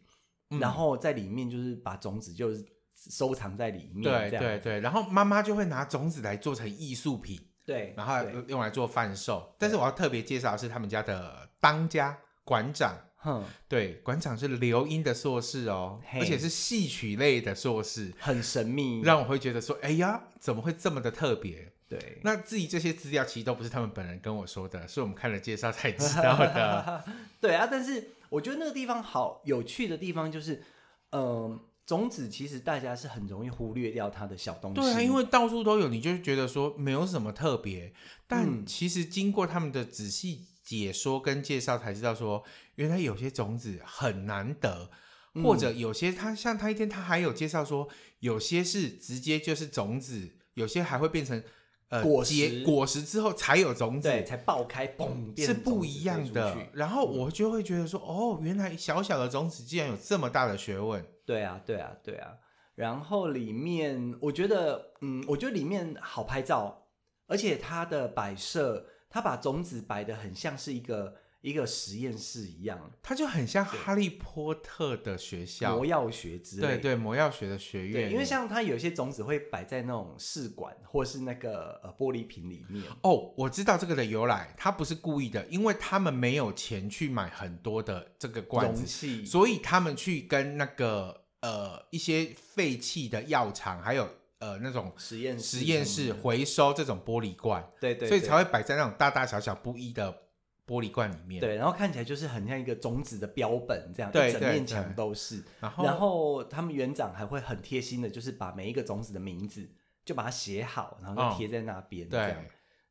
D: 嗯
C: 然后在里面就是把种子就是收藏在里面，
D: 对
C: 这样
D: 对对，然后妈妈就会拿种子来做成艺术品，
C: 对，
D: 然后呃
C: 对
D: 用来做贩售。但是我要特别介绍的是他们家的当家馆长，
C: 哼，
D: 对，馆长是刘英的硕士哦，
C: 嘿嗯
D: 而且是戏曲类的硕士，
C: 很神秘，
D: 让我会觉得说，哎呀，怎么会这么的特别？
C: 对，
D: 那至于这些资料，其实都不是他们本人跟我说的，是我们看了介绍才知道 的。
C: 对啊，但是我觉得那个地方好有趣的地方就是，嗯、种子其实大家是很容易忽略掉它的小东西，
D: 对啊，因为到处都有，你就觉得说没有什么特别，但
C: 嗯
D: 其实经过他们的仔细解说跟介绍，才知道说原来有些种子很难得，或者
C: 嗯
D: 有些他像他一天他还有介绍说，有些是直接就是种子，有些还会变成呃
C: 果
D: 结
C: 实
D: 果实之后才有种子，
C: 对才爆开，嘣，变
D: 是
C: 成
D: 不
C: 种
D: 一
C: 子
D: 样
C: 飞出
D: 的
C: 去。嗯
D: 然后我就会觉得说，哦，原来小小的种子竟然有这么大的学问。
C: 对啊，对啊，对啊。然后里面，我觉得，嗯，我觉得里面好拍照，而且它的摆设，它把种子摆的很像是一个一个实验室一样，
D: 它就很像哈利波特的学校
C: 魔，药学之类
D: 对
C: 的
D: 对，魔药学的学院，
C: 对，因为像它有些种子会摆在那种试管或是那个呃玻璃瓶里面，
D: 哦，我知道这个的由来，它不是故意的，因为他们没有钱去买很多的这个罐
C: 容
D: 子，
C: 器，
D: 所以他们去跟那个呃一些废弃的药厂，还有呃那种
C: 实验室
D: 实验
C: 什
D: 室
C: 么的
D: 回收这种玻璃罐，
C: 对对，
D: 所以
C: 对
D: 才会摆在那种大大小小不一的玻璃罐里面。，
C: 对，然后看起来就是很像一个种子的标本这样，
D: 对
C: 一整
D: 对
C: 面
D: 对
C: 墙都是。
D: 然后
C: 然后他们园长还会很贴心的，就是把每一个种子的名字就把它写好，然后
D: 嗯
C: 就贴在那边。这
D: 对
C: 样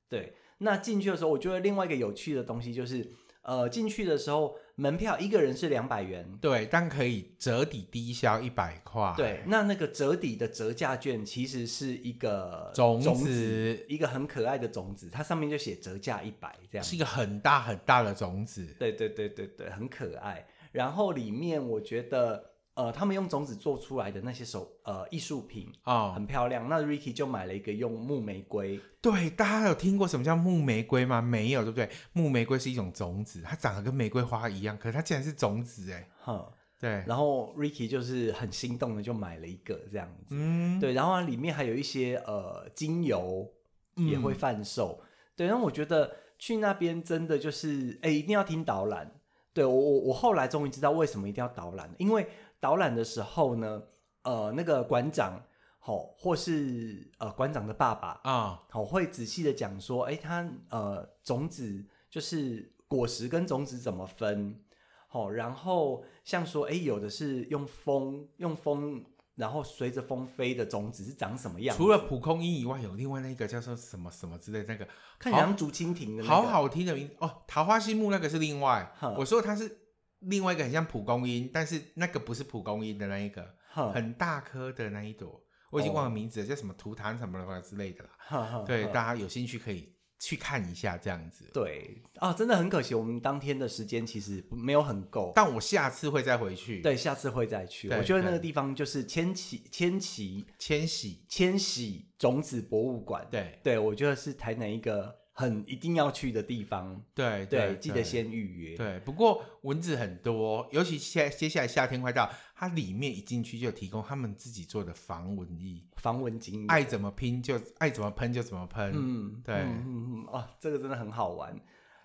C: 对。那进去的时候，我觉得另外一个有趣的东西就是，呃，进去的时候门票一个人是两百元。
D: 对，但可以折抵低消一百块。
C: 对，那那个折抵的折价券其实是一个
D: 种
C: 种
D: 子
C: 一个很可爱的种子，它上面就写折价一百这样
D: 是。一个很大很大的种子。
C: 对对对对对，很可爱。然后里面我觉得，呃，他们用种子做出来的那些手呃艺术品，
D: 哦
C: 很，漂亮。那 Ricky 就买了一个用木玫瑰，
D: 对，大家有听过什么叫木玫瑰吗？没有，对不对？木玫瑰是一种种子，它长得跟玫瑰花一样，可是它竟然是种子，哎，
C: 哼，
D: 对，
C: 然后 Ricky 就是很心动的就买了一个这样子。
D: 嗯，
C: 对，然后里面还有一些呃精油也会贩售。对，然后我觉得去那边真的就是，哎，一定要听导览。对我我我后来终于知道为什么一定要导览，因为导览的时候呢，呃，那个馆长好、或是呃馆长的爸爸
D: 啊、
C: 我会仔细的讲说，哎，它呃种子就是果实跟种子怎么分，好、然后像说，哎，有的是用风用风，然后随着风飞的种子是长什么样子，
D: 除了蒲公英以外，有另外那个叫做什么什么之类的那个，
C: 看起来像竹蜻蜓的、那个，
D: 好好听的名字哦，桃花心木那个是另外
C: 哼，
D: 我说它是另外一个很像蒲公英，但是那个不是蒲公英的那一个，
C: 哼，
D: 很大颗的那一朵，我已经
C: 哦
D: 忘了名字了，叫什么图坦什么的之类的啦。
C: 哼哼
D: 对，
C: 哼
D: 大家有兴趣可以去看一下这样子。
C: 对啊，真的很可惜，我们当天的时间其实没有很够。
D: 但我下次会再回去。，
C: 对，下次会再去。
D: 对
C: 我觉得
D: 对
C: 那个地方就是千禧千禧
D: 千禧，
C: 千禧种子博物馆。
D: 对
C: 对，我觉得是台南一个很一定要去的地方。
D: 对
C: 对，记得先预约。
D: 对，不过蚊子很多，尤其现接下来夏天快到，它里面一进去就提供他们自己做的防蚊液，
C: 防蚊精，
D: 爱怎么拼就爱怎么喷就怎么喷。
C: 嗯，
D: 对
C: 嗯嗯嗯，哦，这个真的很好玩。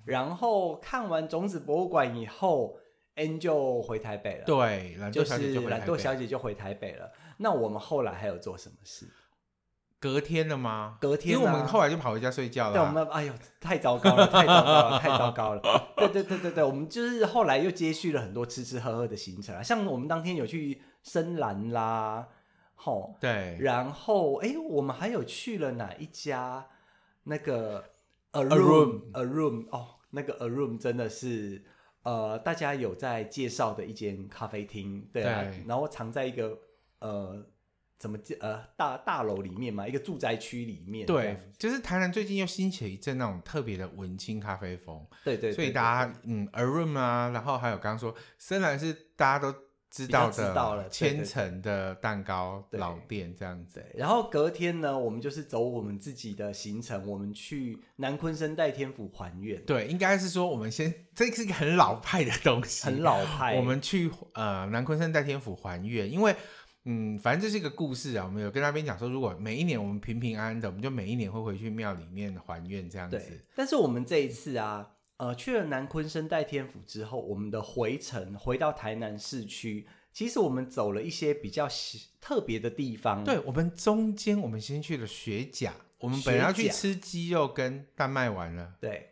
C: 然后看完种子博物馆以后，N 就回台北了，，
D: 对，懒
C: 就
D: 惰小姐
C: 是
D: 就回来
C: 懒惰小
D: 姐
C: 姐就回台北了。那我们后来还有做什么事？
D: 隔天了吗？
C: 隔天啊
D: 因为我们后来就跑回家睡觉了
C: 对，
D: 啊。
C: 我们哎呦，太糟糕了，太糟糕了，太糟糕 了。对对对对对，我们就是后来又接续了很多吃吃喝喝的行程啊，像我们当天有去深蓝啦，吼，
D: 对
C: 然后哎，我们还有去了哪一家？那个 a
D: Room
C: a room 哦，那个 a room 真的是呃，大家有在介绍的一间咖啡厅，对啊、
D: 对
C: 然后藏在一个呃。怎么介呃大大楼里面嘛，一个住宅区里面这样
D: 对
C: 子，
D: 就是台南最近又兴起了一阵那种特别的文青咖啡风，
C: 对对，
D: 所以
C: 对
D: 大家嗯 a r o m 啊，然后还有刚刚说，深蓝是大家都知道
C: 比较知道了
D: 的
C: 对
D: 千层的蛋糕
C: 对
D: 老店这样子
C: 对。，然后隔天呢，我们就是走我们自己的行程，我们去南昆生代天府还愿，
D: 对，应该是说我们先，这是一个很老派的东西，
C: 很老派。
D: 我们去呃南昆山代天府还愿，因为嗯，反正这是一个故事啊。我们有跟那边讲说，如果每一年我们平平安安的，我们就每一年会回去庙里面还愿这样
C: 对
D: 子。，
C: 但是我们这一次啊，呃，去了南昆生代天府之后，我们的回程回到台南市区，其实我们走了一些比较喜特别的地方。
D: 对，我们中间我们先去了雪甲，我们本来要去
C: 雪甲
D: 吃鸡肉跟蛋麦丸了，
C: 对，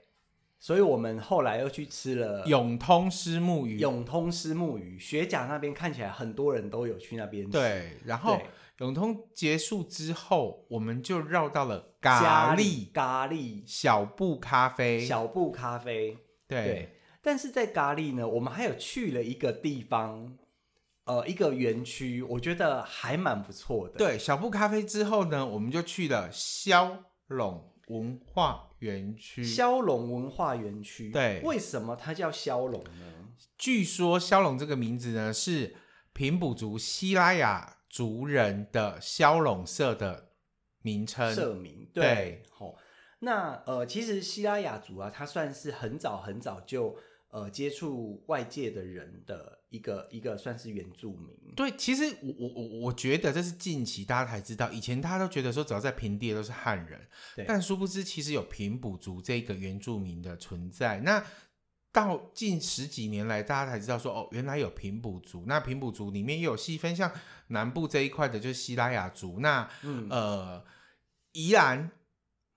C: 所以我们后来又去吃了
D: 永通虱目鱼。
C: 永通虱目鱼，学甲那边看起来很多人都有去那边吃。
D: 对，然后
C: 对
D: 永通结束之后，我们就绕到了
C: 咖
D: 咖喱
C: 咖喱
D: 小布咖啡。
C: 小布咖啡。对
D: 对，，
C: 但是在咖喱呢，我们还有去了一个地方，呃，一个园区，我觉得还蛮不错的。，
D: 对，小布咖啡之后呢，我们就去了骁龙文化园区。
C: 骁龙文化园区。
D: 嗯对
C: 为什么它叫骁龙呢？
D: 据说骁龙这个名字呢，是平埔族西拉雅族人的骁龙社的名称。
C: 社名
D: 呃对，
C: 好、那呃，其实希拉雅族啊，它算是很早很早就呃接触外界的人的一个一个算是原住民。
D: 对，其实我我我我觉得这是近期大家才知道，以前大家都觉得说只要在平地的都是汉人
C: 对，
D: 但殊不知其实有平埔族这个原住民的存在。那到近十几年来，大家才知道说哦，原来有平埔族。那平埔族里面又有细分，像南部这一块的就是西拉雅族，那
C: 嗯
D: 呃宜兰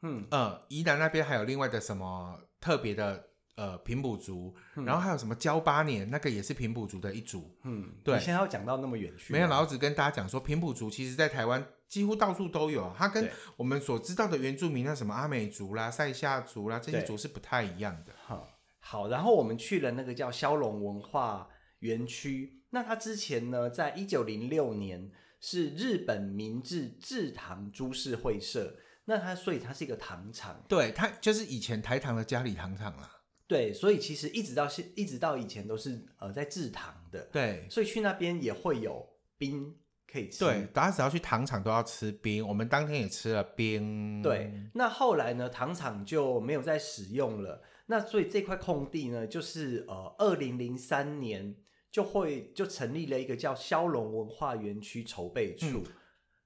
C: 嗯，
D: 呃宜兰那边还有另外的什么特别的呃平埔族，
C: 嗯
D: 然后还有什么交八年，那个也是平埔族的一族。
C: 嗯，
D: 对
C: 你现在要讲到那么远去吗，
D: 没有，老子跟大家讲说，平埔族其实在台湾几乎到处都有，它跟
C: 对
D: 我们所知道的原住民，啊那什么阿美族啦、塞夏族啦这些
C: 对
D: 族是不太一样的。
C: 好，好，然后我们去了那个叫骁龙文化园区。那它之前呢，在一九零六年是日本明治制糖株式会社，那它所以它是一个糖厂，
D: 对，它就是以前台糖的家里糖厂啦。
C: 对，所以其实一直到现一直到以前都是呃在制糖的，
D: 对
C: 所以去那边也会有冰可以吃，
D: 对，大家只要去糖厂都要吃冰，我们当天也吃了冰。
C: 对，那后来呢，糖厂就没有再使用了。那所以这块空地呢，就是呃，二零零三年就会就成立了一个叫骁龙文化园区筹备处。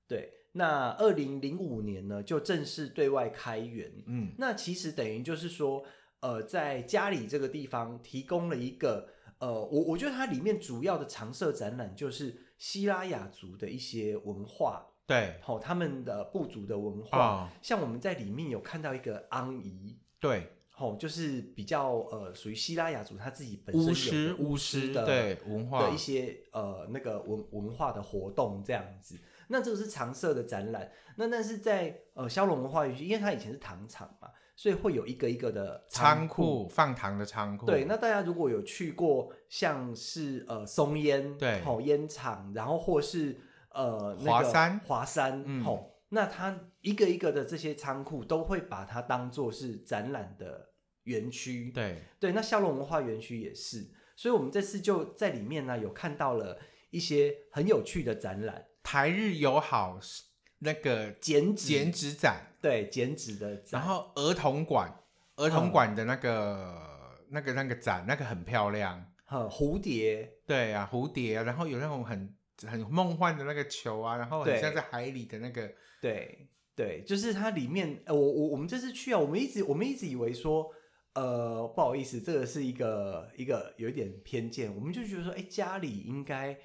C: 对，那二零零五年呢，就正式对外开园。
D: 嗯，
C: 那其实等于就是说，呃，在家里这个地方提供了一个，呃，我我觉得它里面主要的常设展览就是希拉雅族的一些文化，
D: 对
C: 哦，他们的部族的文化，
D: 哦
C: 像我们在里面有看到一个安姨，
D: 对，
C: 哦，就是比较呃属于希拉雅族他自己本身
D: 巫
C: 有
D: 师
C: 的
D: 巫
C: 巫
D: 师
C: 的
D: 对文化
C: 的一些呃那个文文化的活动这样子。那这个是常设的展览，那但是在呃骁龙文化园区，因为它以前是糖厂嘛，所以会有一个一个的
D: 仓
C: 库。
D: 库放糖的仓库。
C: 对，那大家如果有去过，像是呃松烟，
D: 对
C: 吼烟厂，然后或是呃那个
D: 华山
C: 华山，
D: 嗯
C: 吼，那它一个一个的这些仓库都会把它当做是展览的园区。
D: 对
C: 对，那骁龙文化园区也是，所以我们这次就在里面呢有看到了一些很有趣的展览，
D: 台日友好那个
C: 剪纸，
D: 剪纸展，
C: 对剪纸的展，
D: 然后儿童馆。
C: 嗯
D: 儿童馆的那个、那个、那个展，那个很漂亮。
C: 哼，蝴蝶，
D: 对啊，蝴蝶啊，然后有那种很很梦幻的那个球啊，然后很
C: 对
D: 像在海里的那个，
C: 对对，就是它里面，呃，我我我们这次去啊，我们一直我们一直以为说，呃，不好意思，这个是一个一个有一点偏见，我们就觉得说，哎，家里应该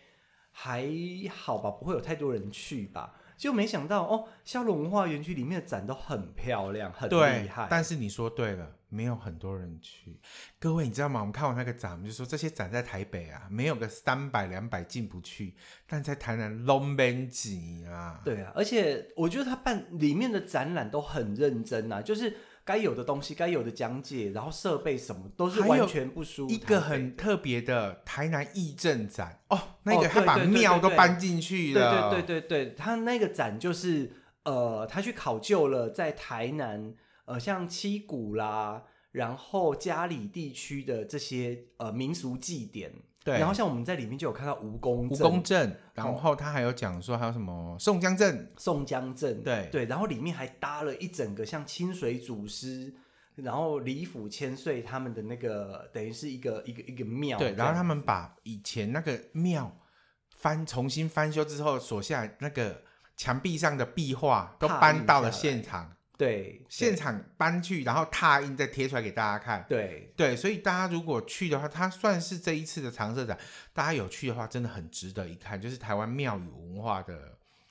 C: 还好吧，不会有太多人去吧。就没想到哦，骁龙文化园区里面的展都很漂亮，很厉
D: 对
C: 害。。
D: 但是你说对了，没有很多人去。各位，你知道吗？我们看完那个展，我们就说这些展在台北啊，没有个三百两百进不去，但在台南拢免钱啊。
C: 对啊，而且我觉得他办里面的展览都很认真啊，就是该有的东西、该有的讲解，然后设备什么都是
D: 还有
C: 完全不输
D: 一
C: 台北
D: 个很
C: 的
D: 特别的台南义政展哦，那
C: 哦
D: 个他
C: 对
D: 把
C: 对对
D: 庙
C: 对
D: 都
C: 对
D: 搬进去了，
C: 对对对对对，他那个展就是呃，他去考究了在台南呃，像七股啦，然后嘉里地区的这些呃民俗祭典，
D: 对
C: 然后像我们在里面就有看到蜈蚣
D: 蜈
C: 阵
D: 蚣阵，
C: 哦
D: 然后他还有讲说还有什么宋江阵，
C: 宋江镇，
D: 对
C: 对，然后里面还搭了一整个像清水祖师，然后李府千岁他们的那个，等于是一个一个一个庙哦这样，
D: 对，然后他们把以前那个庙翻重新翻修之后所下那个墙壁上的壁画都
C: 拓印
D: 搬到
C: 下
D: 了
C: 来
D: 现场，
C: 对
D: 现场搬去，然后拓印再贴出来给大家看。
C: 对
D: 对，所以大家如果去的话，它算是这一次的常设展。大家有去的话，真的很值得一看，就是台湾庙宇文化的，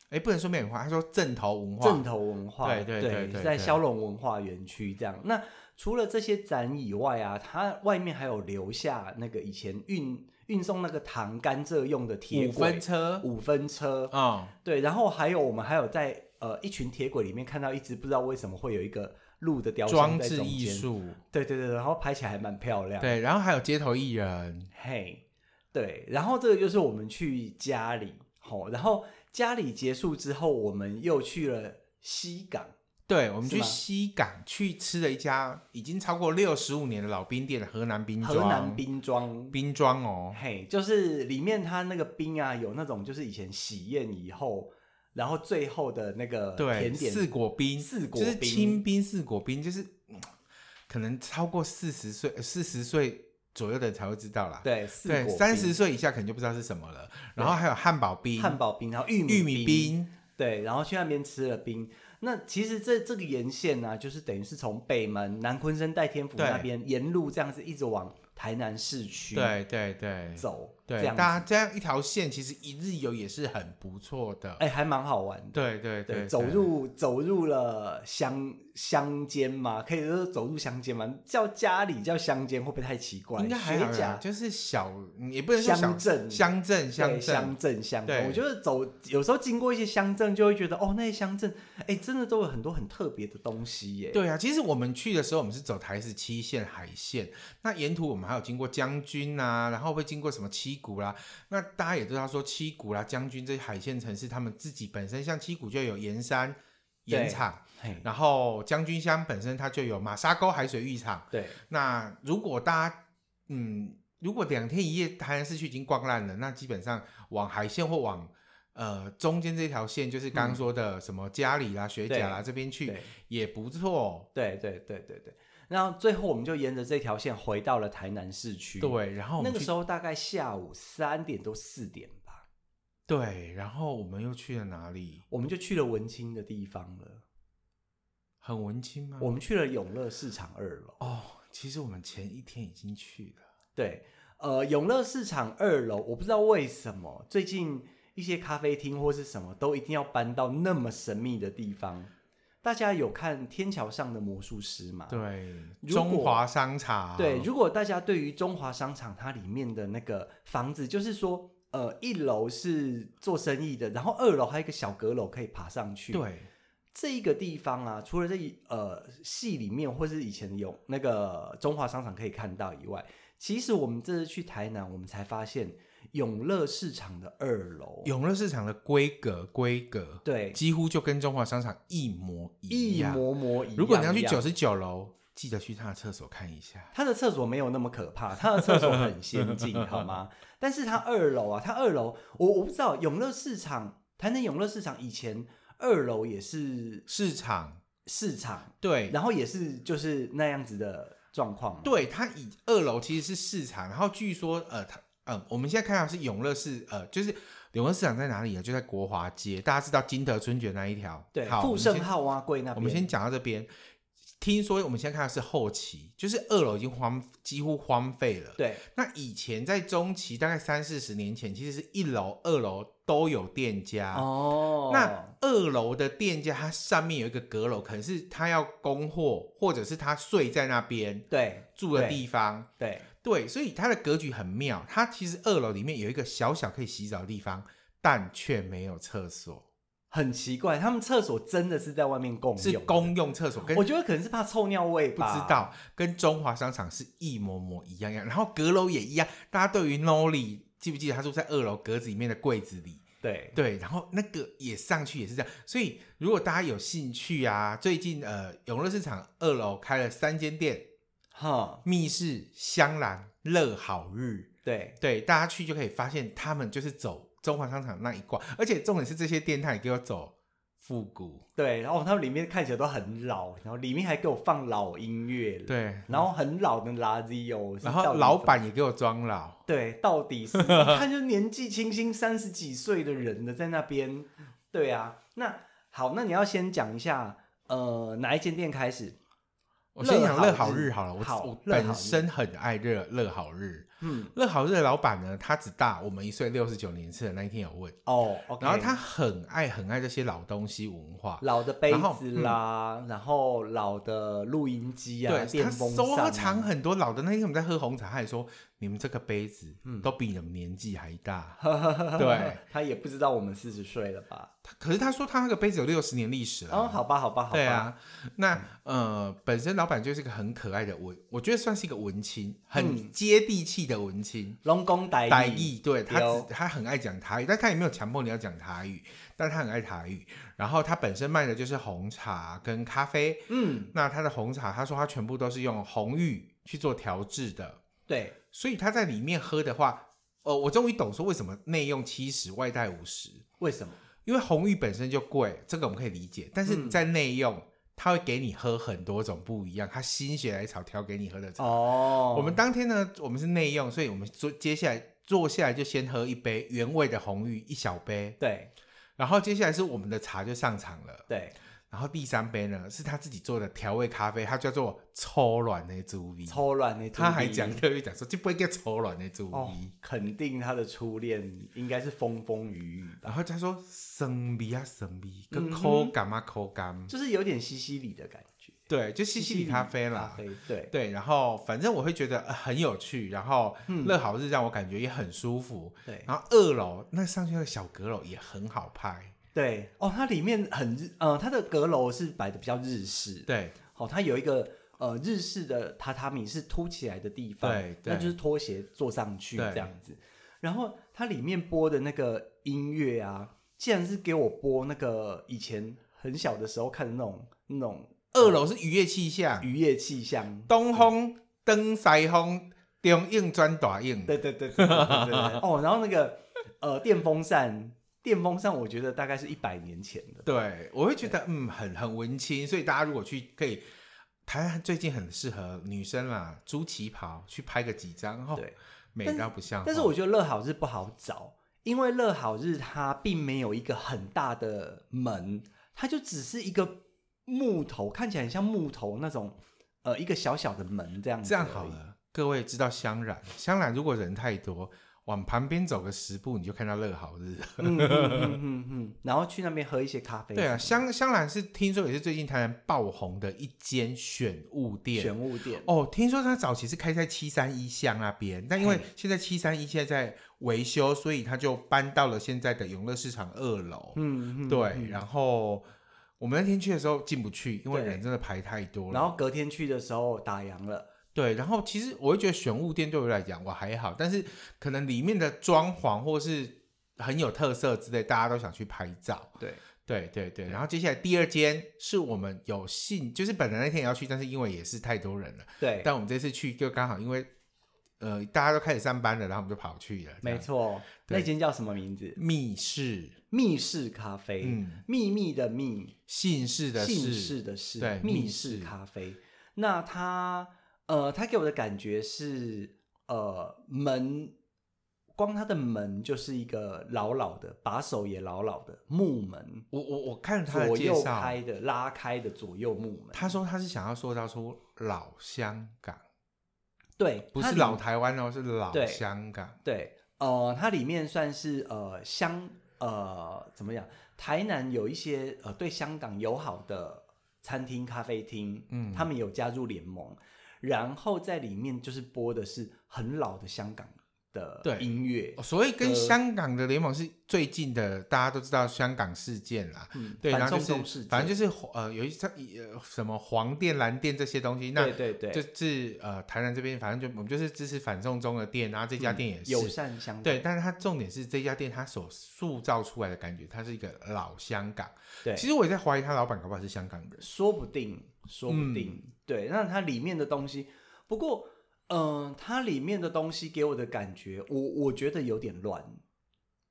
D: 哎，不能说庙宇文化，他说镇头文化。
C: 正头文化，
D: 对对
C: 对
D: 对对
C: 在
D: 对
C: 骁龙文化园区这样。那除了这些展以外啊，它外面还有留下那个以前运运送那个糖甘蔗用的铁
D: 五
C: 轨
D: 分车，
C: 五分车，
D: 嗯，
C: 对，然后还有我们还有在呃一群铁轨里面看到一只不知道为什么会有一个鹿的雕像
D: 装
C: 在
D: 置
C: 中
D: 艺
C: 间，
D: 术，
C: 对对对，然后拍起来还蛮漂亮。，
D: 对，然后还有街头艺人，
C: 嘿，对，然后这个就是我们去家里，好、然后家里结束之后，我们又去了西港，
D: 对，我们
C: 是
D: 去
C: 吗
D: 西港去吃了一家已经超过六十五年的老冰店——河南冰
C: 河
D: 庄。
C: 南冰庄。
D: 冰庄哦，
C: 嘿，就是里面它那个冰啊，有那种就是以前喜宴以后，然后最后的那个
D: 对，
C: 甜点
D: 四果冰，
C: 四果
D: 就是
C: 冰
D: 清冰四果冰，就是嗯可能超过四十岁、四十岁左右的人才会知道啦。
C: 对四
D: 对，
C: 果
D: 三
C: 冰
D: 十岁以下可能就不知道是什么了。然后还有汉堡冰、
C: 汉堡冰，然后玉米
D: 玉米冰，
C: 对，然后去那边吃了冰。那其实这这个沿线呢、就是等于是从北门、南昆生、戴天府
D: 对
C: 那边沿路这样子一直往台南市区
D: 对对对，
C: 走，
D: 对
C: 这，样
D: 大
C: 子，
D: 家这样一条线，其实一日游也是很不错的。
C: 哎，还蛮好玩的。
D: 对对
C: 对，
D: 对，
C: 走入走入了乡乡间嘛，可以说走入乡间嘛，叫家里叫乡间会不会太奇怪？
D: 应该还好
C: 学
D: 啦
C: 甲，
D: 就是小，嗯也不能说小
C: 乡镇
D: 乡镇、乡
C: 对
D: 镇
C: 乡，镇乡镇，
D: 对
C: 我觉得走有时候经过一些乡镇，就会觉得哦，那些乡镇哎，真的都有很多很特别的东西耶。
D: 对啊，其实我们去的时候，我们是走台十七线海线，那沿途我们还有经过将军啊，然后会经过什么七股啦、那大家也知道说七股啦、将军这些海线城市，他们自己本身像七股就有盐山盐
C: 对
D: 场，
C: 嘿，
D: 然后将军乡本身它就有马沙沟海水浴场。
C: 对，
D: 那如果大家嗯，如果两天一夜台南市区已经逛烂了，那基本上往海线或往呃中间这条线，就是刚刚说的什么嘉里啦、学甲啦这边去
C: 对
D: 也不错。
C: 对对对对对。然后最后我们就沿着这条线回到了台南市区。，
D: 对，然后我
C: 那
D: 们
C: 个
D: 去
C: 时候大概下午三点多四点吧，
D: 对，然后我们又去了哪里？
C: 我们就去了文青的地方了。
D: 很文青吗？
C: 我们去了永乐市场二楼。
D: 哦，其实我们前一天已经去了。
C: 对，呃，永乐市场二楼，我不知道为什么最近一些咖啡厅或是什么都一定要搬到那么神秘的地方。大家有看《天桥上的魔术师》吗？
D: 对，啊
C: 如果
D: 中华商场。
C: 对，如果大家对于中华商场它里面的那个房子，就是说，呃，一楼是做生意的，然后二楼还有一个小阁楼可以爬上去。，
D: 对
C: 这一个地方啊，除了这一呃戏里面或是以前有那个中华商场可以看到以外，其实我们这次去台南，我们才发现永乐市场的二楼
D: 永乐市场的规格规格，
C: 对
D: 几乎就跟中华商场一模一
C: 一
D: 样。
C: 模模一样。
D: 如果你要去
C: 一样
D: 九十九楼，记得去他的厕所看一下。
C: 他的厕所没有那么可怕，他的厕所很先进，好吗？但是他二楼啊，他二楼，我我不知道永乐市场，台南永乐市场以前二楼也是
D: 市场
C: 市场，
D: 对，
C: 然后也是就是那样子的状况嘛。
D: 对，它以二楼其实是市场，然后据说呃，它呃，我们现在看到是永乐市，呃，就是永乐市场在哪里啊？就在国华街，大家知道金德春卷那一条。
C: 对，
D: 好，
C: 富
D: 我们
C: 盛
D: 先
C: 号蛙柜那边，
D: 我们先讲到这边。听说我们现在看到是后期，就是二楼已经荒几乎荒废了。，
C: 对
D: 那以前在中期，大概三四十年前，其实是一楼、二楼都有店家。
C: 哦，
D: 那二楼的店家，它上面有一个阁楼，可能是他要供货，或者是他睡在那边
C: 对
D: 住的地方。
C: 对
D: 对，所以它的格局很妙。它其实二楼里面有一个小小可以洗澡的地方，但却没有厕所，
C: 很奇怪，他们厕所真的是在外面共用，
D: 是公用厕所，跟
C: 我觉得可能是怕臭尿味
D: 不
C: 吧，
D: 知道跟中华商场是一模模一样样。然后阁楼也一样，大家对于 Nolly 记不记得他住在二楼格子里面的柜子里？
C: 对
D: 对，然后那个也上去也是这样。所以如果大家有兴趣啊，最近呃永乐市场二楼开了三间店：
C: 哈
D: 密室、香兰、乐好日。
C: 对
D: 对，大家去就可以发现他们就是走中华商场那一挂，而且重点是这些店它也给我走复古，
C: 对，然后他们里面看起来都很老，然后里面还给我放老音乐了，，
D: 对，
C: 然后很老的拉 Zio，是
D: 然
C: 到
D: 后
C: 底
D: 老
C: 怎么
D: 板也给我装老，
C: 对，到底 是一看就年纪轻轻三十几岁的人了，在那边。对啊，那好，那你要先讲一下，呃，哪一间店开始？
D: 我先讲乐
C: 好
D: 好
C: 日
D: 日好了，我
C: 好
D: 我
C: 乐好
D: 本
C: 日
D: 身很爱乐乐好日，
C: 嗯，
D: 乐好日的老板呢，他只大我们一岁，六十九年次的那一天有问，
C: 哦，OK
D: 然后他很爱很爱这些老东西文化。
C: 老的杯
D: 然后
C: 子啦，然后老的录音机啊，
D: 嗯对
C: 电
D: 他
C: 风
D: 收
C: 扇啊
D: 藏很多老的。那天我们在喝红茶，他还说：“你们这个杯子都比你们年纪还大。
C: 嗯
D: 对，
C: 他也不知道我们四十岁了吧？
D: 他可是他说他那个杯子有六十年历史了。
C: 哦，好吧，好吧，好吧，嗯
D: 对啊，那呃，本身老板就是一个很可爱的文，我觉得算是一个文青，
C: 嗯
D: 很接地气的文青。
C: 龙宫歹
D: 台语，对他
C: 对哦
D: 只他很爱讲台语，但他也没有强迫你要讲台语，但他很爱台语。然后他本身卖的就是红茶跟咖啡，
C: 嗯，
D: 那他的红茶，他说他全部都是用红玉去做调制的，
C: 对，
D: 所以他在里面喝的话，呃，我终于懂说为什么内用七十，外带五十，
C: 为什么？
D: 因为红玉本身就贵，这个我们可以理解。但是在内用，他会给你喝很多种不一样，他心血来潮调给你喝的茶。
C: 哦，
D: 我们当天呢，我们是内用，所以我们坐接下来坐下来就先喝一杯原味的红玉一小杯，
C: 对
D: 然后接下来是我们的茶就上场了。
C: 对，
D: 然后第三杯呢是他自己做的调味咖啡，它叫做抽卵的猪鼻。
C: 抽卵那
D: 他还
C: 猪逼
D: 讲特别讲说，这不会叫抽卵的猪鼻。
C: 哦，肯定他的初恋应该是风风雨雨，
D: 然后他说生鼻啊生鼻，跟
C: 嗯哼
D: 口感啊口感。
C: 就是有点西西里的感觉，
D: 对，就西西里咖啡
C: 咖
D: 啦。
C: 啡对，
D: 对，然后反正我会觉得、呃很有趣，然后
C: 嗯
D: 乐好日让我感觉也很舒服。
C: 对
D: 然后二楼那上去的小阁楼也很好拍。
C: 对哦，它里面很日，呃，它的阁楼是摆的比较日式，，
D: 对
C: 哦，它有一个呃日式的榻榻米是凸起来的地方，
D: 对对
C: 那就是拖鞋坐上去
D: 对
C: 这样子，然后它里面播的那个音乐啊，竟然是给我播那个以前很小的时候看的那种那种
D: 二楼是渔业气象，
C: 渔业气象，
D: 东风登西风，中应转大应。
C: 对对对对对对对 哦，然后那个呃电风扇，电风扇我觉得大概是一百年前的。
D: 对，我会觉得嗯，很很文青，所以大家如果去可以，台湾最近很适合女生啦，租旗袍去拍个几张，哦，
C: 对，
D: 美到不像话。哦
C: 但是我觉得乐好日不好找，因为乐好日它并没有一个很大的门，它就只是一个木头，看起来很像木头那种，呃，一个小小的门这样子。
D: 这样好。了，各位知道香染，香染如果人太多，往旁边走个十步，你就看到乐好日了。
C: 嗯嗯嗯嗯嗯，然后去那边喝一些咖啡什么
D: 对
C: 的。
D: 啊，香香染是听说也是最近台南爆红的一间选物店。
C: 玄物店。
D: 哦，听说它早期是开在七三一巷那边，但因为
C: 嘿
D: 现在七三一现在在维修，所以它就搬到了现在的永乐市场二楼。
C: 嗯，嗯
D: 对，然后我们那天去的时候进不去，因为
C: 对
D: 人真的排太多了。
C: 然后隔天去的时候打烊了。
D: 对，然后其实我会觉得玄物店对我来讲我还好，但是可能里面的装潢或是很有特色之类，大家都想去拍照。
C: 对
D: 对对对，然后接下来第二间是我们有幸，就是本来那天也要去，但是因为也是太多人了，
C: 对，
D: 但我们这次去就刚好因为呃，大家都开始上班了，然后我们就跑去了。
C: 没，错，
D: 对
C: 那间叫什么名字？
D: 密室，
C: 密室咖啡，
D: 嗯
C: 秘密的秘，
D: 姓氏的
C: 姓氏
D: 氏，
C: 的氏，
D: 对
C: 密
D: 密
C: 室
D: 室
C: 咖啡。那它呃，它给我的感觉是呃门，光它的门就是一个老老的，把手也老老的木门，
D: 我我我看了他的
C: 左
D: 介
C: 右
D: 绍，
C: 开的拉开的左右木门。
D: 他说他是想要塑造出老香港，
C: 对，
D: 不
C: 它
D: 是
C: 里
D: 老台湾哦，是老
C: 对
D: 香港。
C: 对，呃，它里面算是呃香呃怎么讲？台南有一些呃对香港友好的餐厅、咖啡厅，
D: 嗯
C: 他们有加入联盟，然后在里面就是播的是很老的香港的
D: 对
C: 音乐
D: 哦，所以跟
C: 呃
D: 香港的联盟是最近的，大家都知道香港事件啦。
C: 嗯，
D: 对，然
C: 反
D: 后
C: 送
D: 就
C: 中
D: 是
C: 事件，
D: 反正就是呃，有一像呃什么黄店、蓝店这些东西，那
C: 对对对，
D: 就是呃台南这边，反正就我们就是支持反送中的店，然后这家店也
C: 嗯
D: 是、
C: 友善香港，
D: 对，但是它重点是这家店它所塑造出来的感觉，它是一个老香港。
C: 对，
D: 其实我也在怀疑他老板搞不好是香港人。
C: 说不定，说不定，对。那它里面的东西，不过，嗯、它里面的东西给我的感觉，我我觉得有点乱，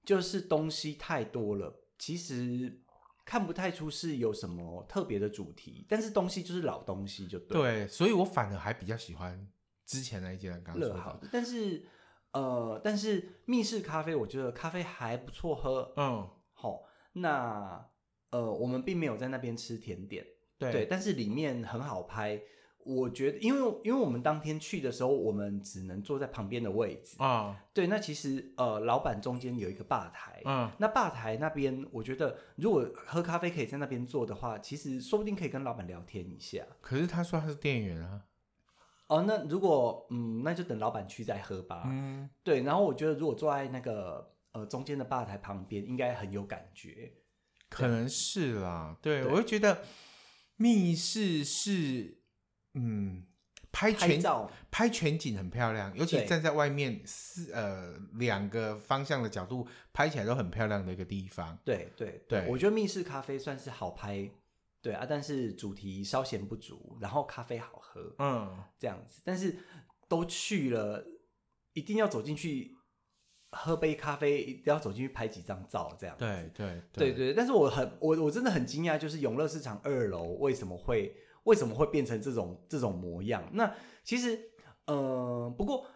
C: 就是东西太多了，其实看不太出是有什么特别的主题，但是东西就是老东西就对了，
D: 对，所以我反而还比较喜欢之前那一间刚刚说
C: 乐好
D: 的。
C: 的。但是，呃，但是密室咖啡，我觉得咖啡还不错喝，
D: 嗯，
C: 好、那呃，我们并没有在那边吃甜点。
D: 对
C: 对，但是里面很好拍。我觉得，因为因为我们当天去的时候，我们只能坐在旁边的位置。
D: 啊，
C: 对，那其实呃，老板中间有一个吧台。
D: 嗯，
C: 那吧台那边，我觉得如果喝咖啡可以在那边坐的话，其实说不定可以跟老板聊天一下。
D: 可是他说他是店员啊。
C: 哦，那如果嗯，那就等老板去再喝吧。
D: 嗯，
C: 对，然后我觉得如果坐在那个呃中间的吧台旁边，应该很有感觉。
D: 可能是啦。对，
C: 对
D: 我就觉得密室是，嗯，拍
C: 拍
D: 全
C: 照，
D: 拍全景很漂亮，尤其
C: 对
D: 站在外面四呃两个方向的角度拍起来都很漂亮的一个地方。
C: 对对
D: 对
C: 我觉得密室咖啡算是好拍，对啊，但是主题稍显不足，然后咖啡好喝
D: 嗯，
C: 这样子，但是都去了，一定要走进去喝杯咖啡，一定要走进去拍几张照这样子。
D: 对对
C: 对对，但是我很我我真的很惊讶，就是永乐市场二楼为什么会为什么会变成这种这种模样？那其实，呃，不过，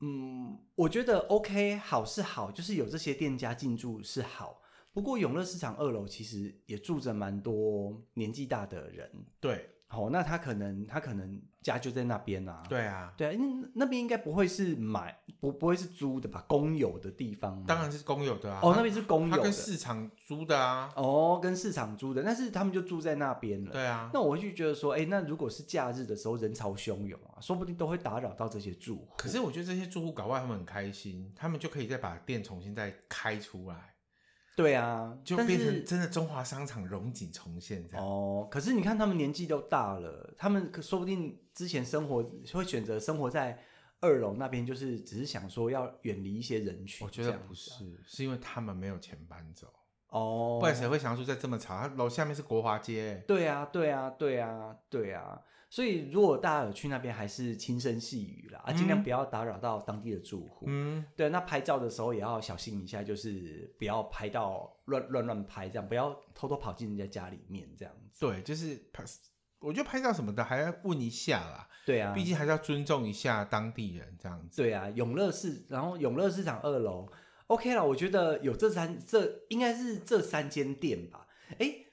C: 嗯，我觉得 OK 好是好，就是有这些店家进驻是好。不过永乐市场二楼其实也住着蛮多年纪大的人，
D: 对啊
C: 好、那他可能他可能家就在那边啊，
D: 对啊！
C: 对啊，因为那边应该不会是买不不会是租的吧，公有的地方吗
D: 当然是公有的啊。
C: 哦，那边是公有
D: 他
C: 的，
D: 跟市场租的啊。
C: 哦，跟市场租的，但是他们就住在那边了。
D: 对啊，
C: 那我就觉得说，哎、那如果是假日的时候人潮汹涌啊，说不定都会打扰到这些住户。
D: 可是我觉得这些住户搞外他们很开心，他们就可以再把店重新再开出来，
C: 对啊，
D: 就
C: 但
D: 变成
C: 是
D: 真的啊中华商场荣景重现这样。
C: 哦，可是你看他们年纪都大了，他们可说不定之前生活会选择生活在二楼那边，就是只是想说要远离一些人群。
D: 我觉得
C: 这样
D: 不
C: 子啊
D: 是，是因为他们没有钱搬走，
C: 哦，
D: 不然谁会想要住在这么吵？他楼下面是国华街，
C: 对啊，对啊，对啊，对啊。所以如果大家有去那边，还是轻声细语啦，啊，尽量
D: 嗯
C: 不要打扰到当地的住户。
D: 嗯，
C: 对，那拍照的时候也要小心一下，就是不要拍到乱乱乱拍，这样不要偷偷跑进人家家里面这样子。
D: 对，就是拍，我觉得拍照什么的还要问一下啦，
C: 对啊，
D: 毕竟还是要尊重一下当地人这样子。
C: 对啊，永乐市，然后永乐市场二楼，OK 啦，我觉得有这三这应该是这三间店吧。诶，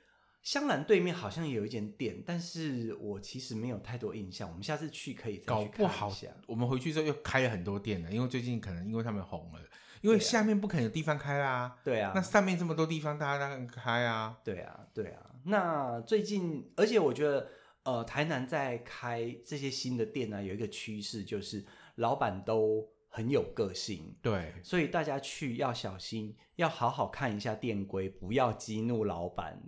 C: 香兰对面好像有一间店，但是我其实没有太多印象，我们下次去可以再
D: 搞
C: 去
D: 不
C: 看
D: 好
C: 一下。
D: 我们回去之后又开了很多店了，因为最近可能因为他们红了，因为
C: 对啊
D: 下面不可能有地方开啦，
C: 对啊，
D: 那上面这么多地方大家当然开啊。
C: 对啊，对啊。那最近，而且我觉得，呃，台南在开这些新的店呢、有一个趋势就是老板都很有个性，
D: 对，
C: 所以大家去要小心，要好好看一下店规，不要激怒老板。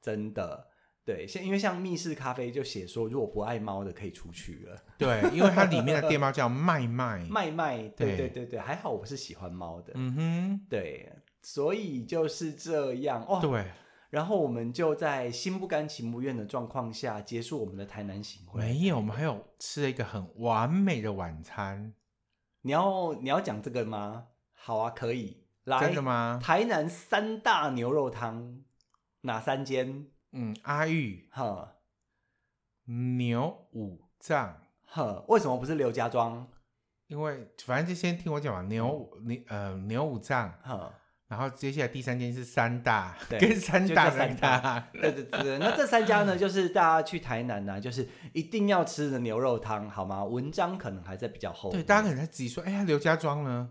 C: 真的，对，像因为像密室咖啡就写说，如果不爱猫的可以出去了。，
D: 对，因为它里面的店猫叫麦麦
C: 卖卖，对
D: 对
C: 对对对，还好我是喜欢猫的，
D: 嗯
C: 对，所以就是这样哦。
D: 哼，对，
C: 然后我们就在心不甘情不愿的状况下结束我们的台南行会。
D: 没有，我们还有吃了一个很完美的晚餐，
C: 你要你要讲这个吗？好啊，可以。来，
D: 真的吗？
C: 台南三大牛肉汤哪三间？
D: 嗯，阿玉
C: 呵
D: 牛五脏，
C: 呵，为什么不是刘家庄？
D: 因为反正就先听我讲嘛，
C: 嗯
D: 牛五牛呃牛五脏，
C: 呵，
D: 然后接下来第三间是三大，
C: 对
D: 跟三
C: 就
D: 大
C: 叫三大
D: 大，
C: 对对对对，那这三家 呢，就是大家去台南呢、就是一定要吃的牛肉汤，好吗？文章可能还在比较后
D: 对，
C: 面，
D: 大家可能在质疑说，哎呀，刘家庄呢？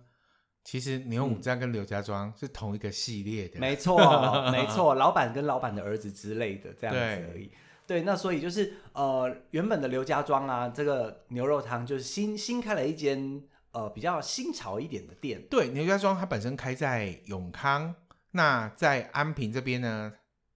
D: 其实牛五脏跟刘家庄是同一个系列的，
C: 嗯没错， 没错，老板跟老板的儿子之类的这样子
D: 对
C: 而已。对，那所以就是呃，原本的刘家庄啊，这个牛肉汤就是新新开了一间呃比较新潮一点的店，
D: 对，牛家庄它本身开在永康，那在安平这边呢，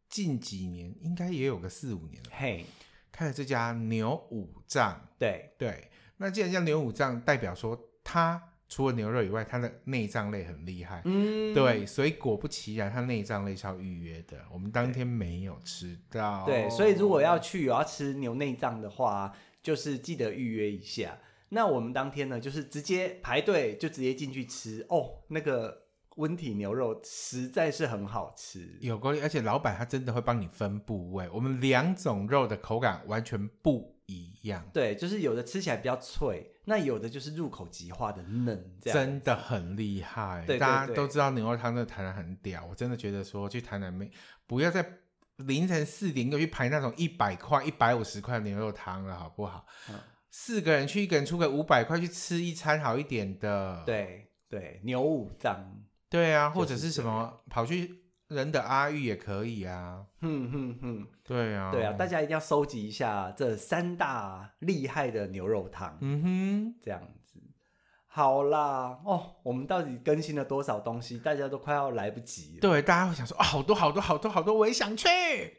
D: 近几年应该也有个四五年了，
C: 嘿，
D: 开了这家牛五脏。
C: 对，
D: 对，那既然叫牛五脏，代表说它除了牛肉以外，它的内脏类很厉害。
C: 嗯，
D: 对，所以果不其然，它内脏类是要预约的。我们当天没有吃到。
C: 对，所以如果要去有要吃牛内脏的话，就是记得预约一下。那我们当天呢，就是直接排队就直接进去吃哦，那个温体牛肉实在是很好吃，
D: 有够力，而且老板他真的会帮你分部位。我们两种肉的口感完全不一样，
C: 对，就是有的吃起来比较脆，那有的就是入口即化的嫩，这样
D: 真的很厉害。
C: 对对
D: 大家
C: 对
D: 都知道牛肉汤真的台南很屌，我真的觉得说去台南没不要在凌晨四点又去排那种一百块、一百五十块的牛肉汤了，好不好？
C: 嗯
D: 四个人去，一个人出个五百块去吃一餐好一点的。
C: 对对，牛五脏，
D: 对啊，或
C: 就
D: 者
C: 是
D: 是什
C: 这样
D: 么跑去人的阿玉也可以啊。
C: 哼哼哼，
D: 对啊，
C: 对啊，大家一定要收集一下这三大厉害的牛肉汤，
D: 嗯哼，
C: 这样子。好啦，哦，我们到底更新了多少东西？大家都快要来不及了。
D: 对，大家会想说啊、好多好多好多好多，我也想去。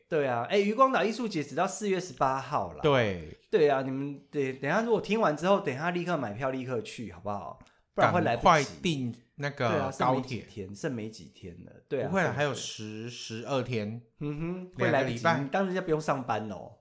C: 对啊，哎，渔光岛艺术节只到四月十八号啦。
D: 对，
C: 对啊，你们得等一下，如果听完之后，等一下立刻买票，立刻去，好不好？不然会来
D: 赶
C: 不及。
D: 快订那
C: 对啊，
D: 个
C: 剩
D: 高
C: 没几
D: 铁。
C: 天，剩没几天了。对啊，
D: 不会了，
C: 对
D: 还有
C: 对
D: 十十二天。
C: 嗯哼，
D: 两
C: 会
D: 个
C: 来不
D: 礼
C: 及
D: 拜，
C: 你当人家不用上班哦，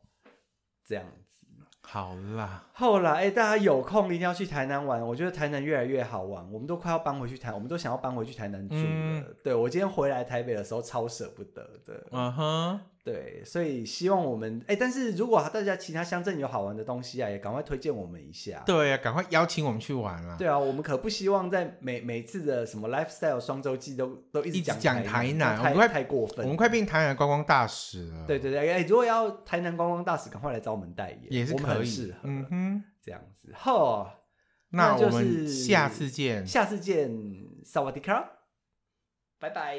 C: 这样子。
D: 好啦，
C: 后来，哎、大家有空一定要去台南玩。我觉得台南越来越好玩，我们都快要搬回去台，我们都想要搬回去台南住了。
D: 嗯
C: 对我今天回来台北的时候超舍不得的，
D: 嗯哼，
C: 对，所以希望我们，哎、但是如果大家其他乡镇有好玩的东西啊，也赶快推荐我们一下。
D: 对啊，赶快邀请我们去玩啦。
C: 对啊，我们可不希望在每每次的什么 lifestyle 双周记都都一
D: 一
C: 直
D: 直
C: 讲
D: 讲
C: 台
D: 台南
C: 那
D: 我们快
C: 太太过分了，
D: 我们快变台南的观光大使了。
C: 对，对对，哎、如果要台南观光大使，赶快来找我们代言，
D: 也是
C: 我们很
D: 可
C: 适
D: 以
C: 合、。
D: 嗯哼，
C: 这样子。吼，
D: 那
C: 那就
D: 我们
C: 是
D: 下次见。
C: 下次见，萨瓦迪卡，拜拜。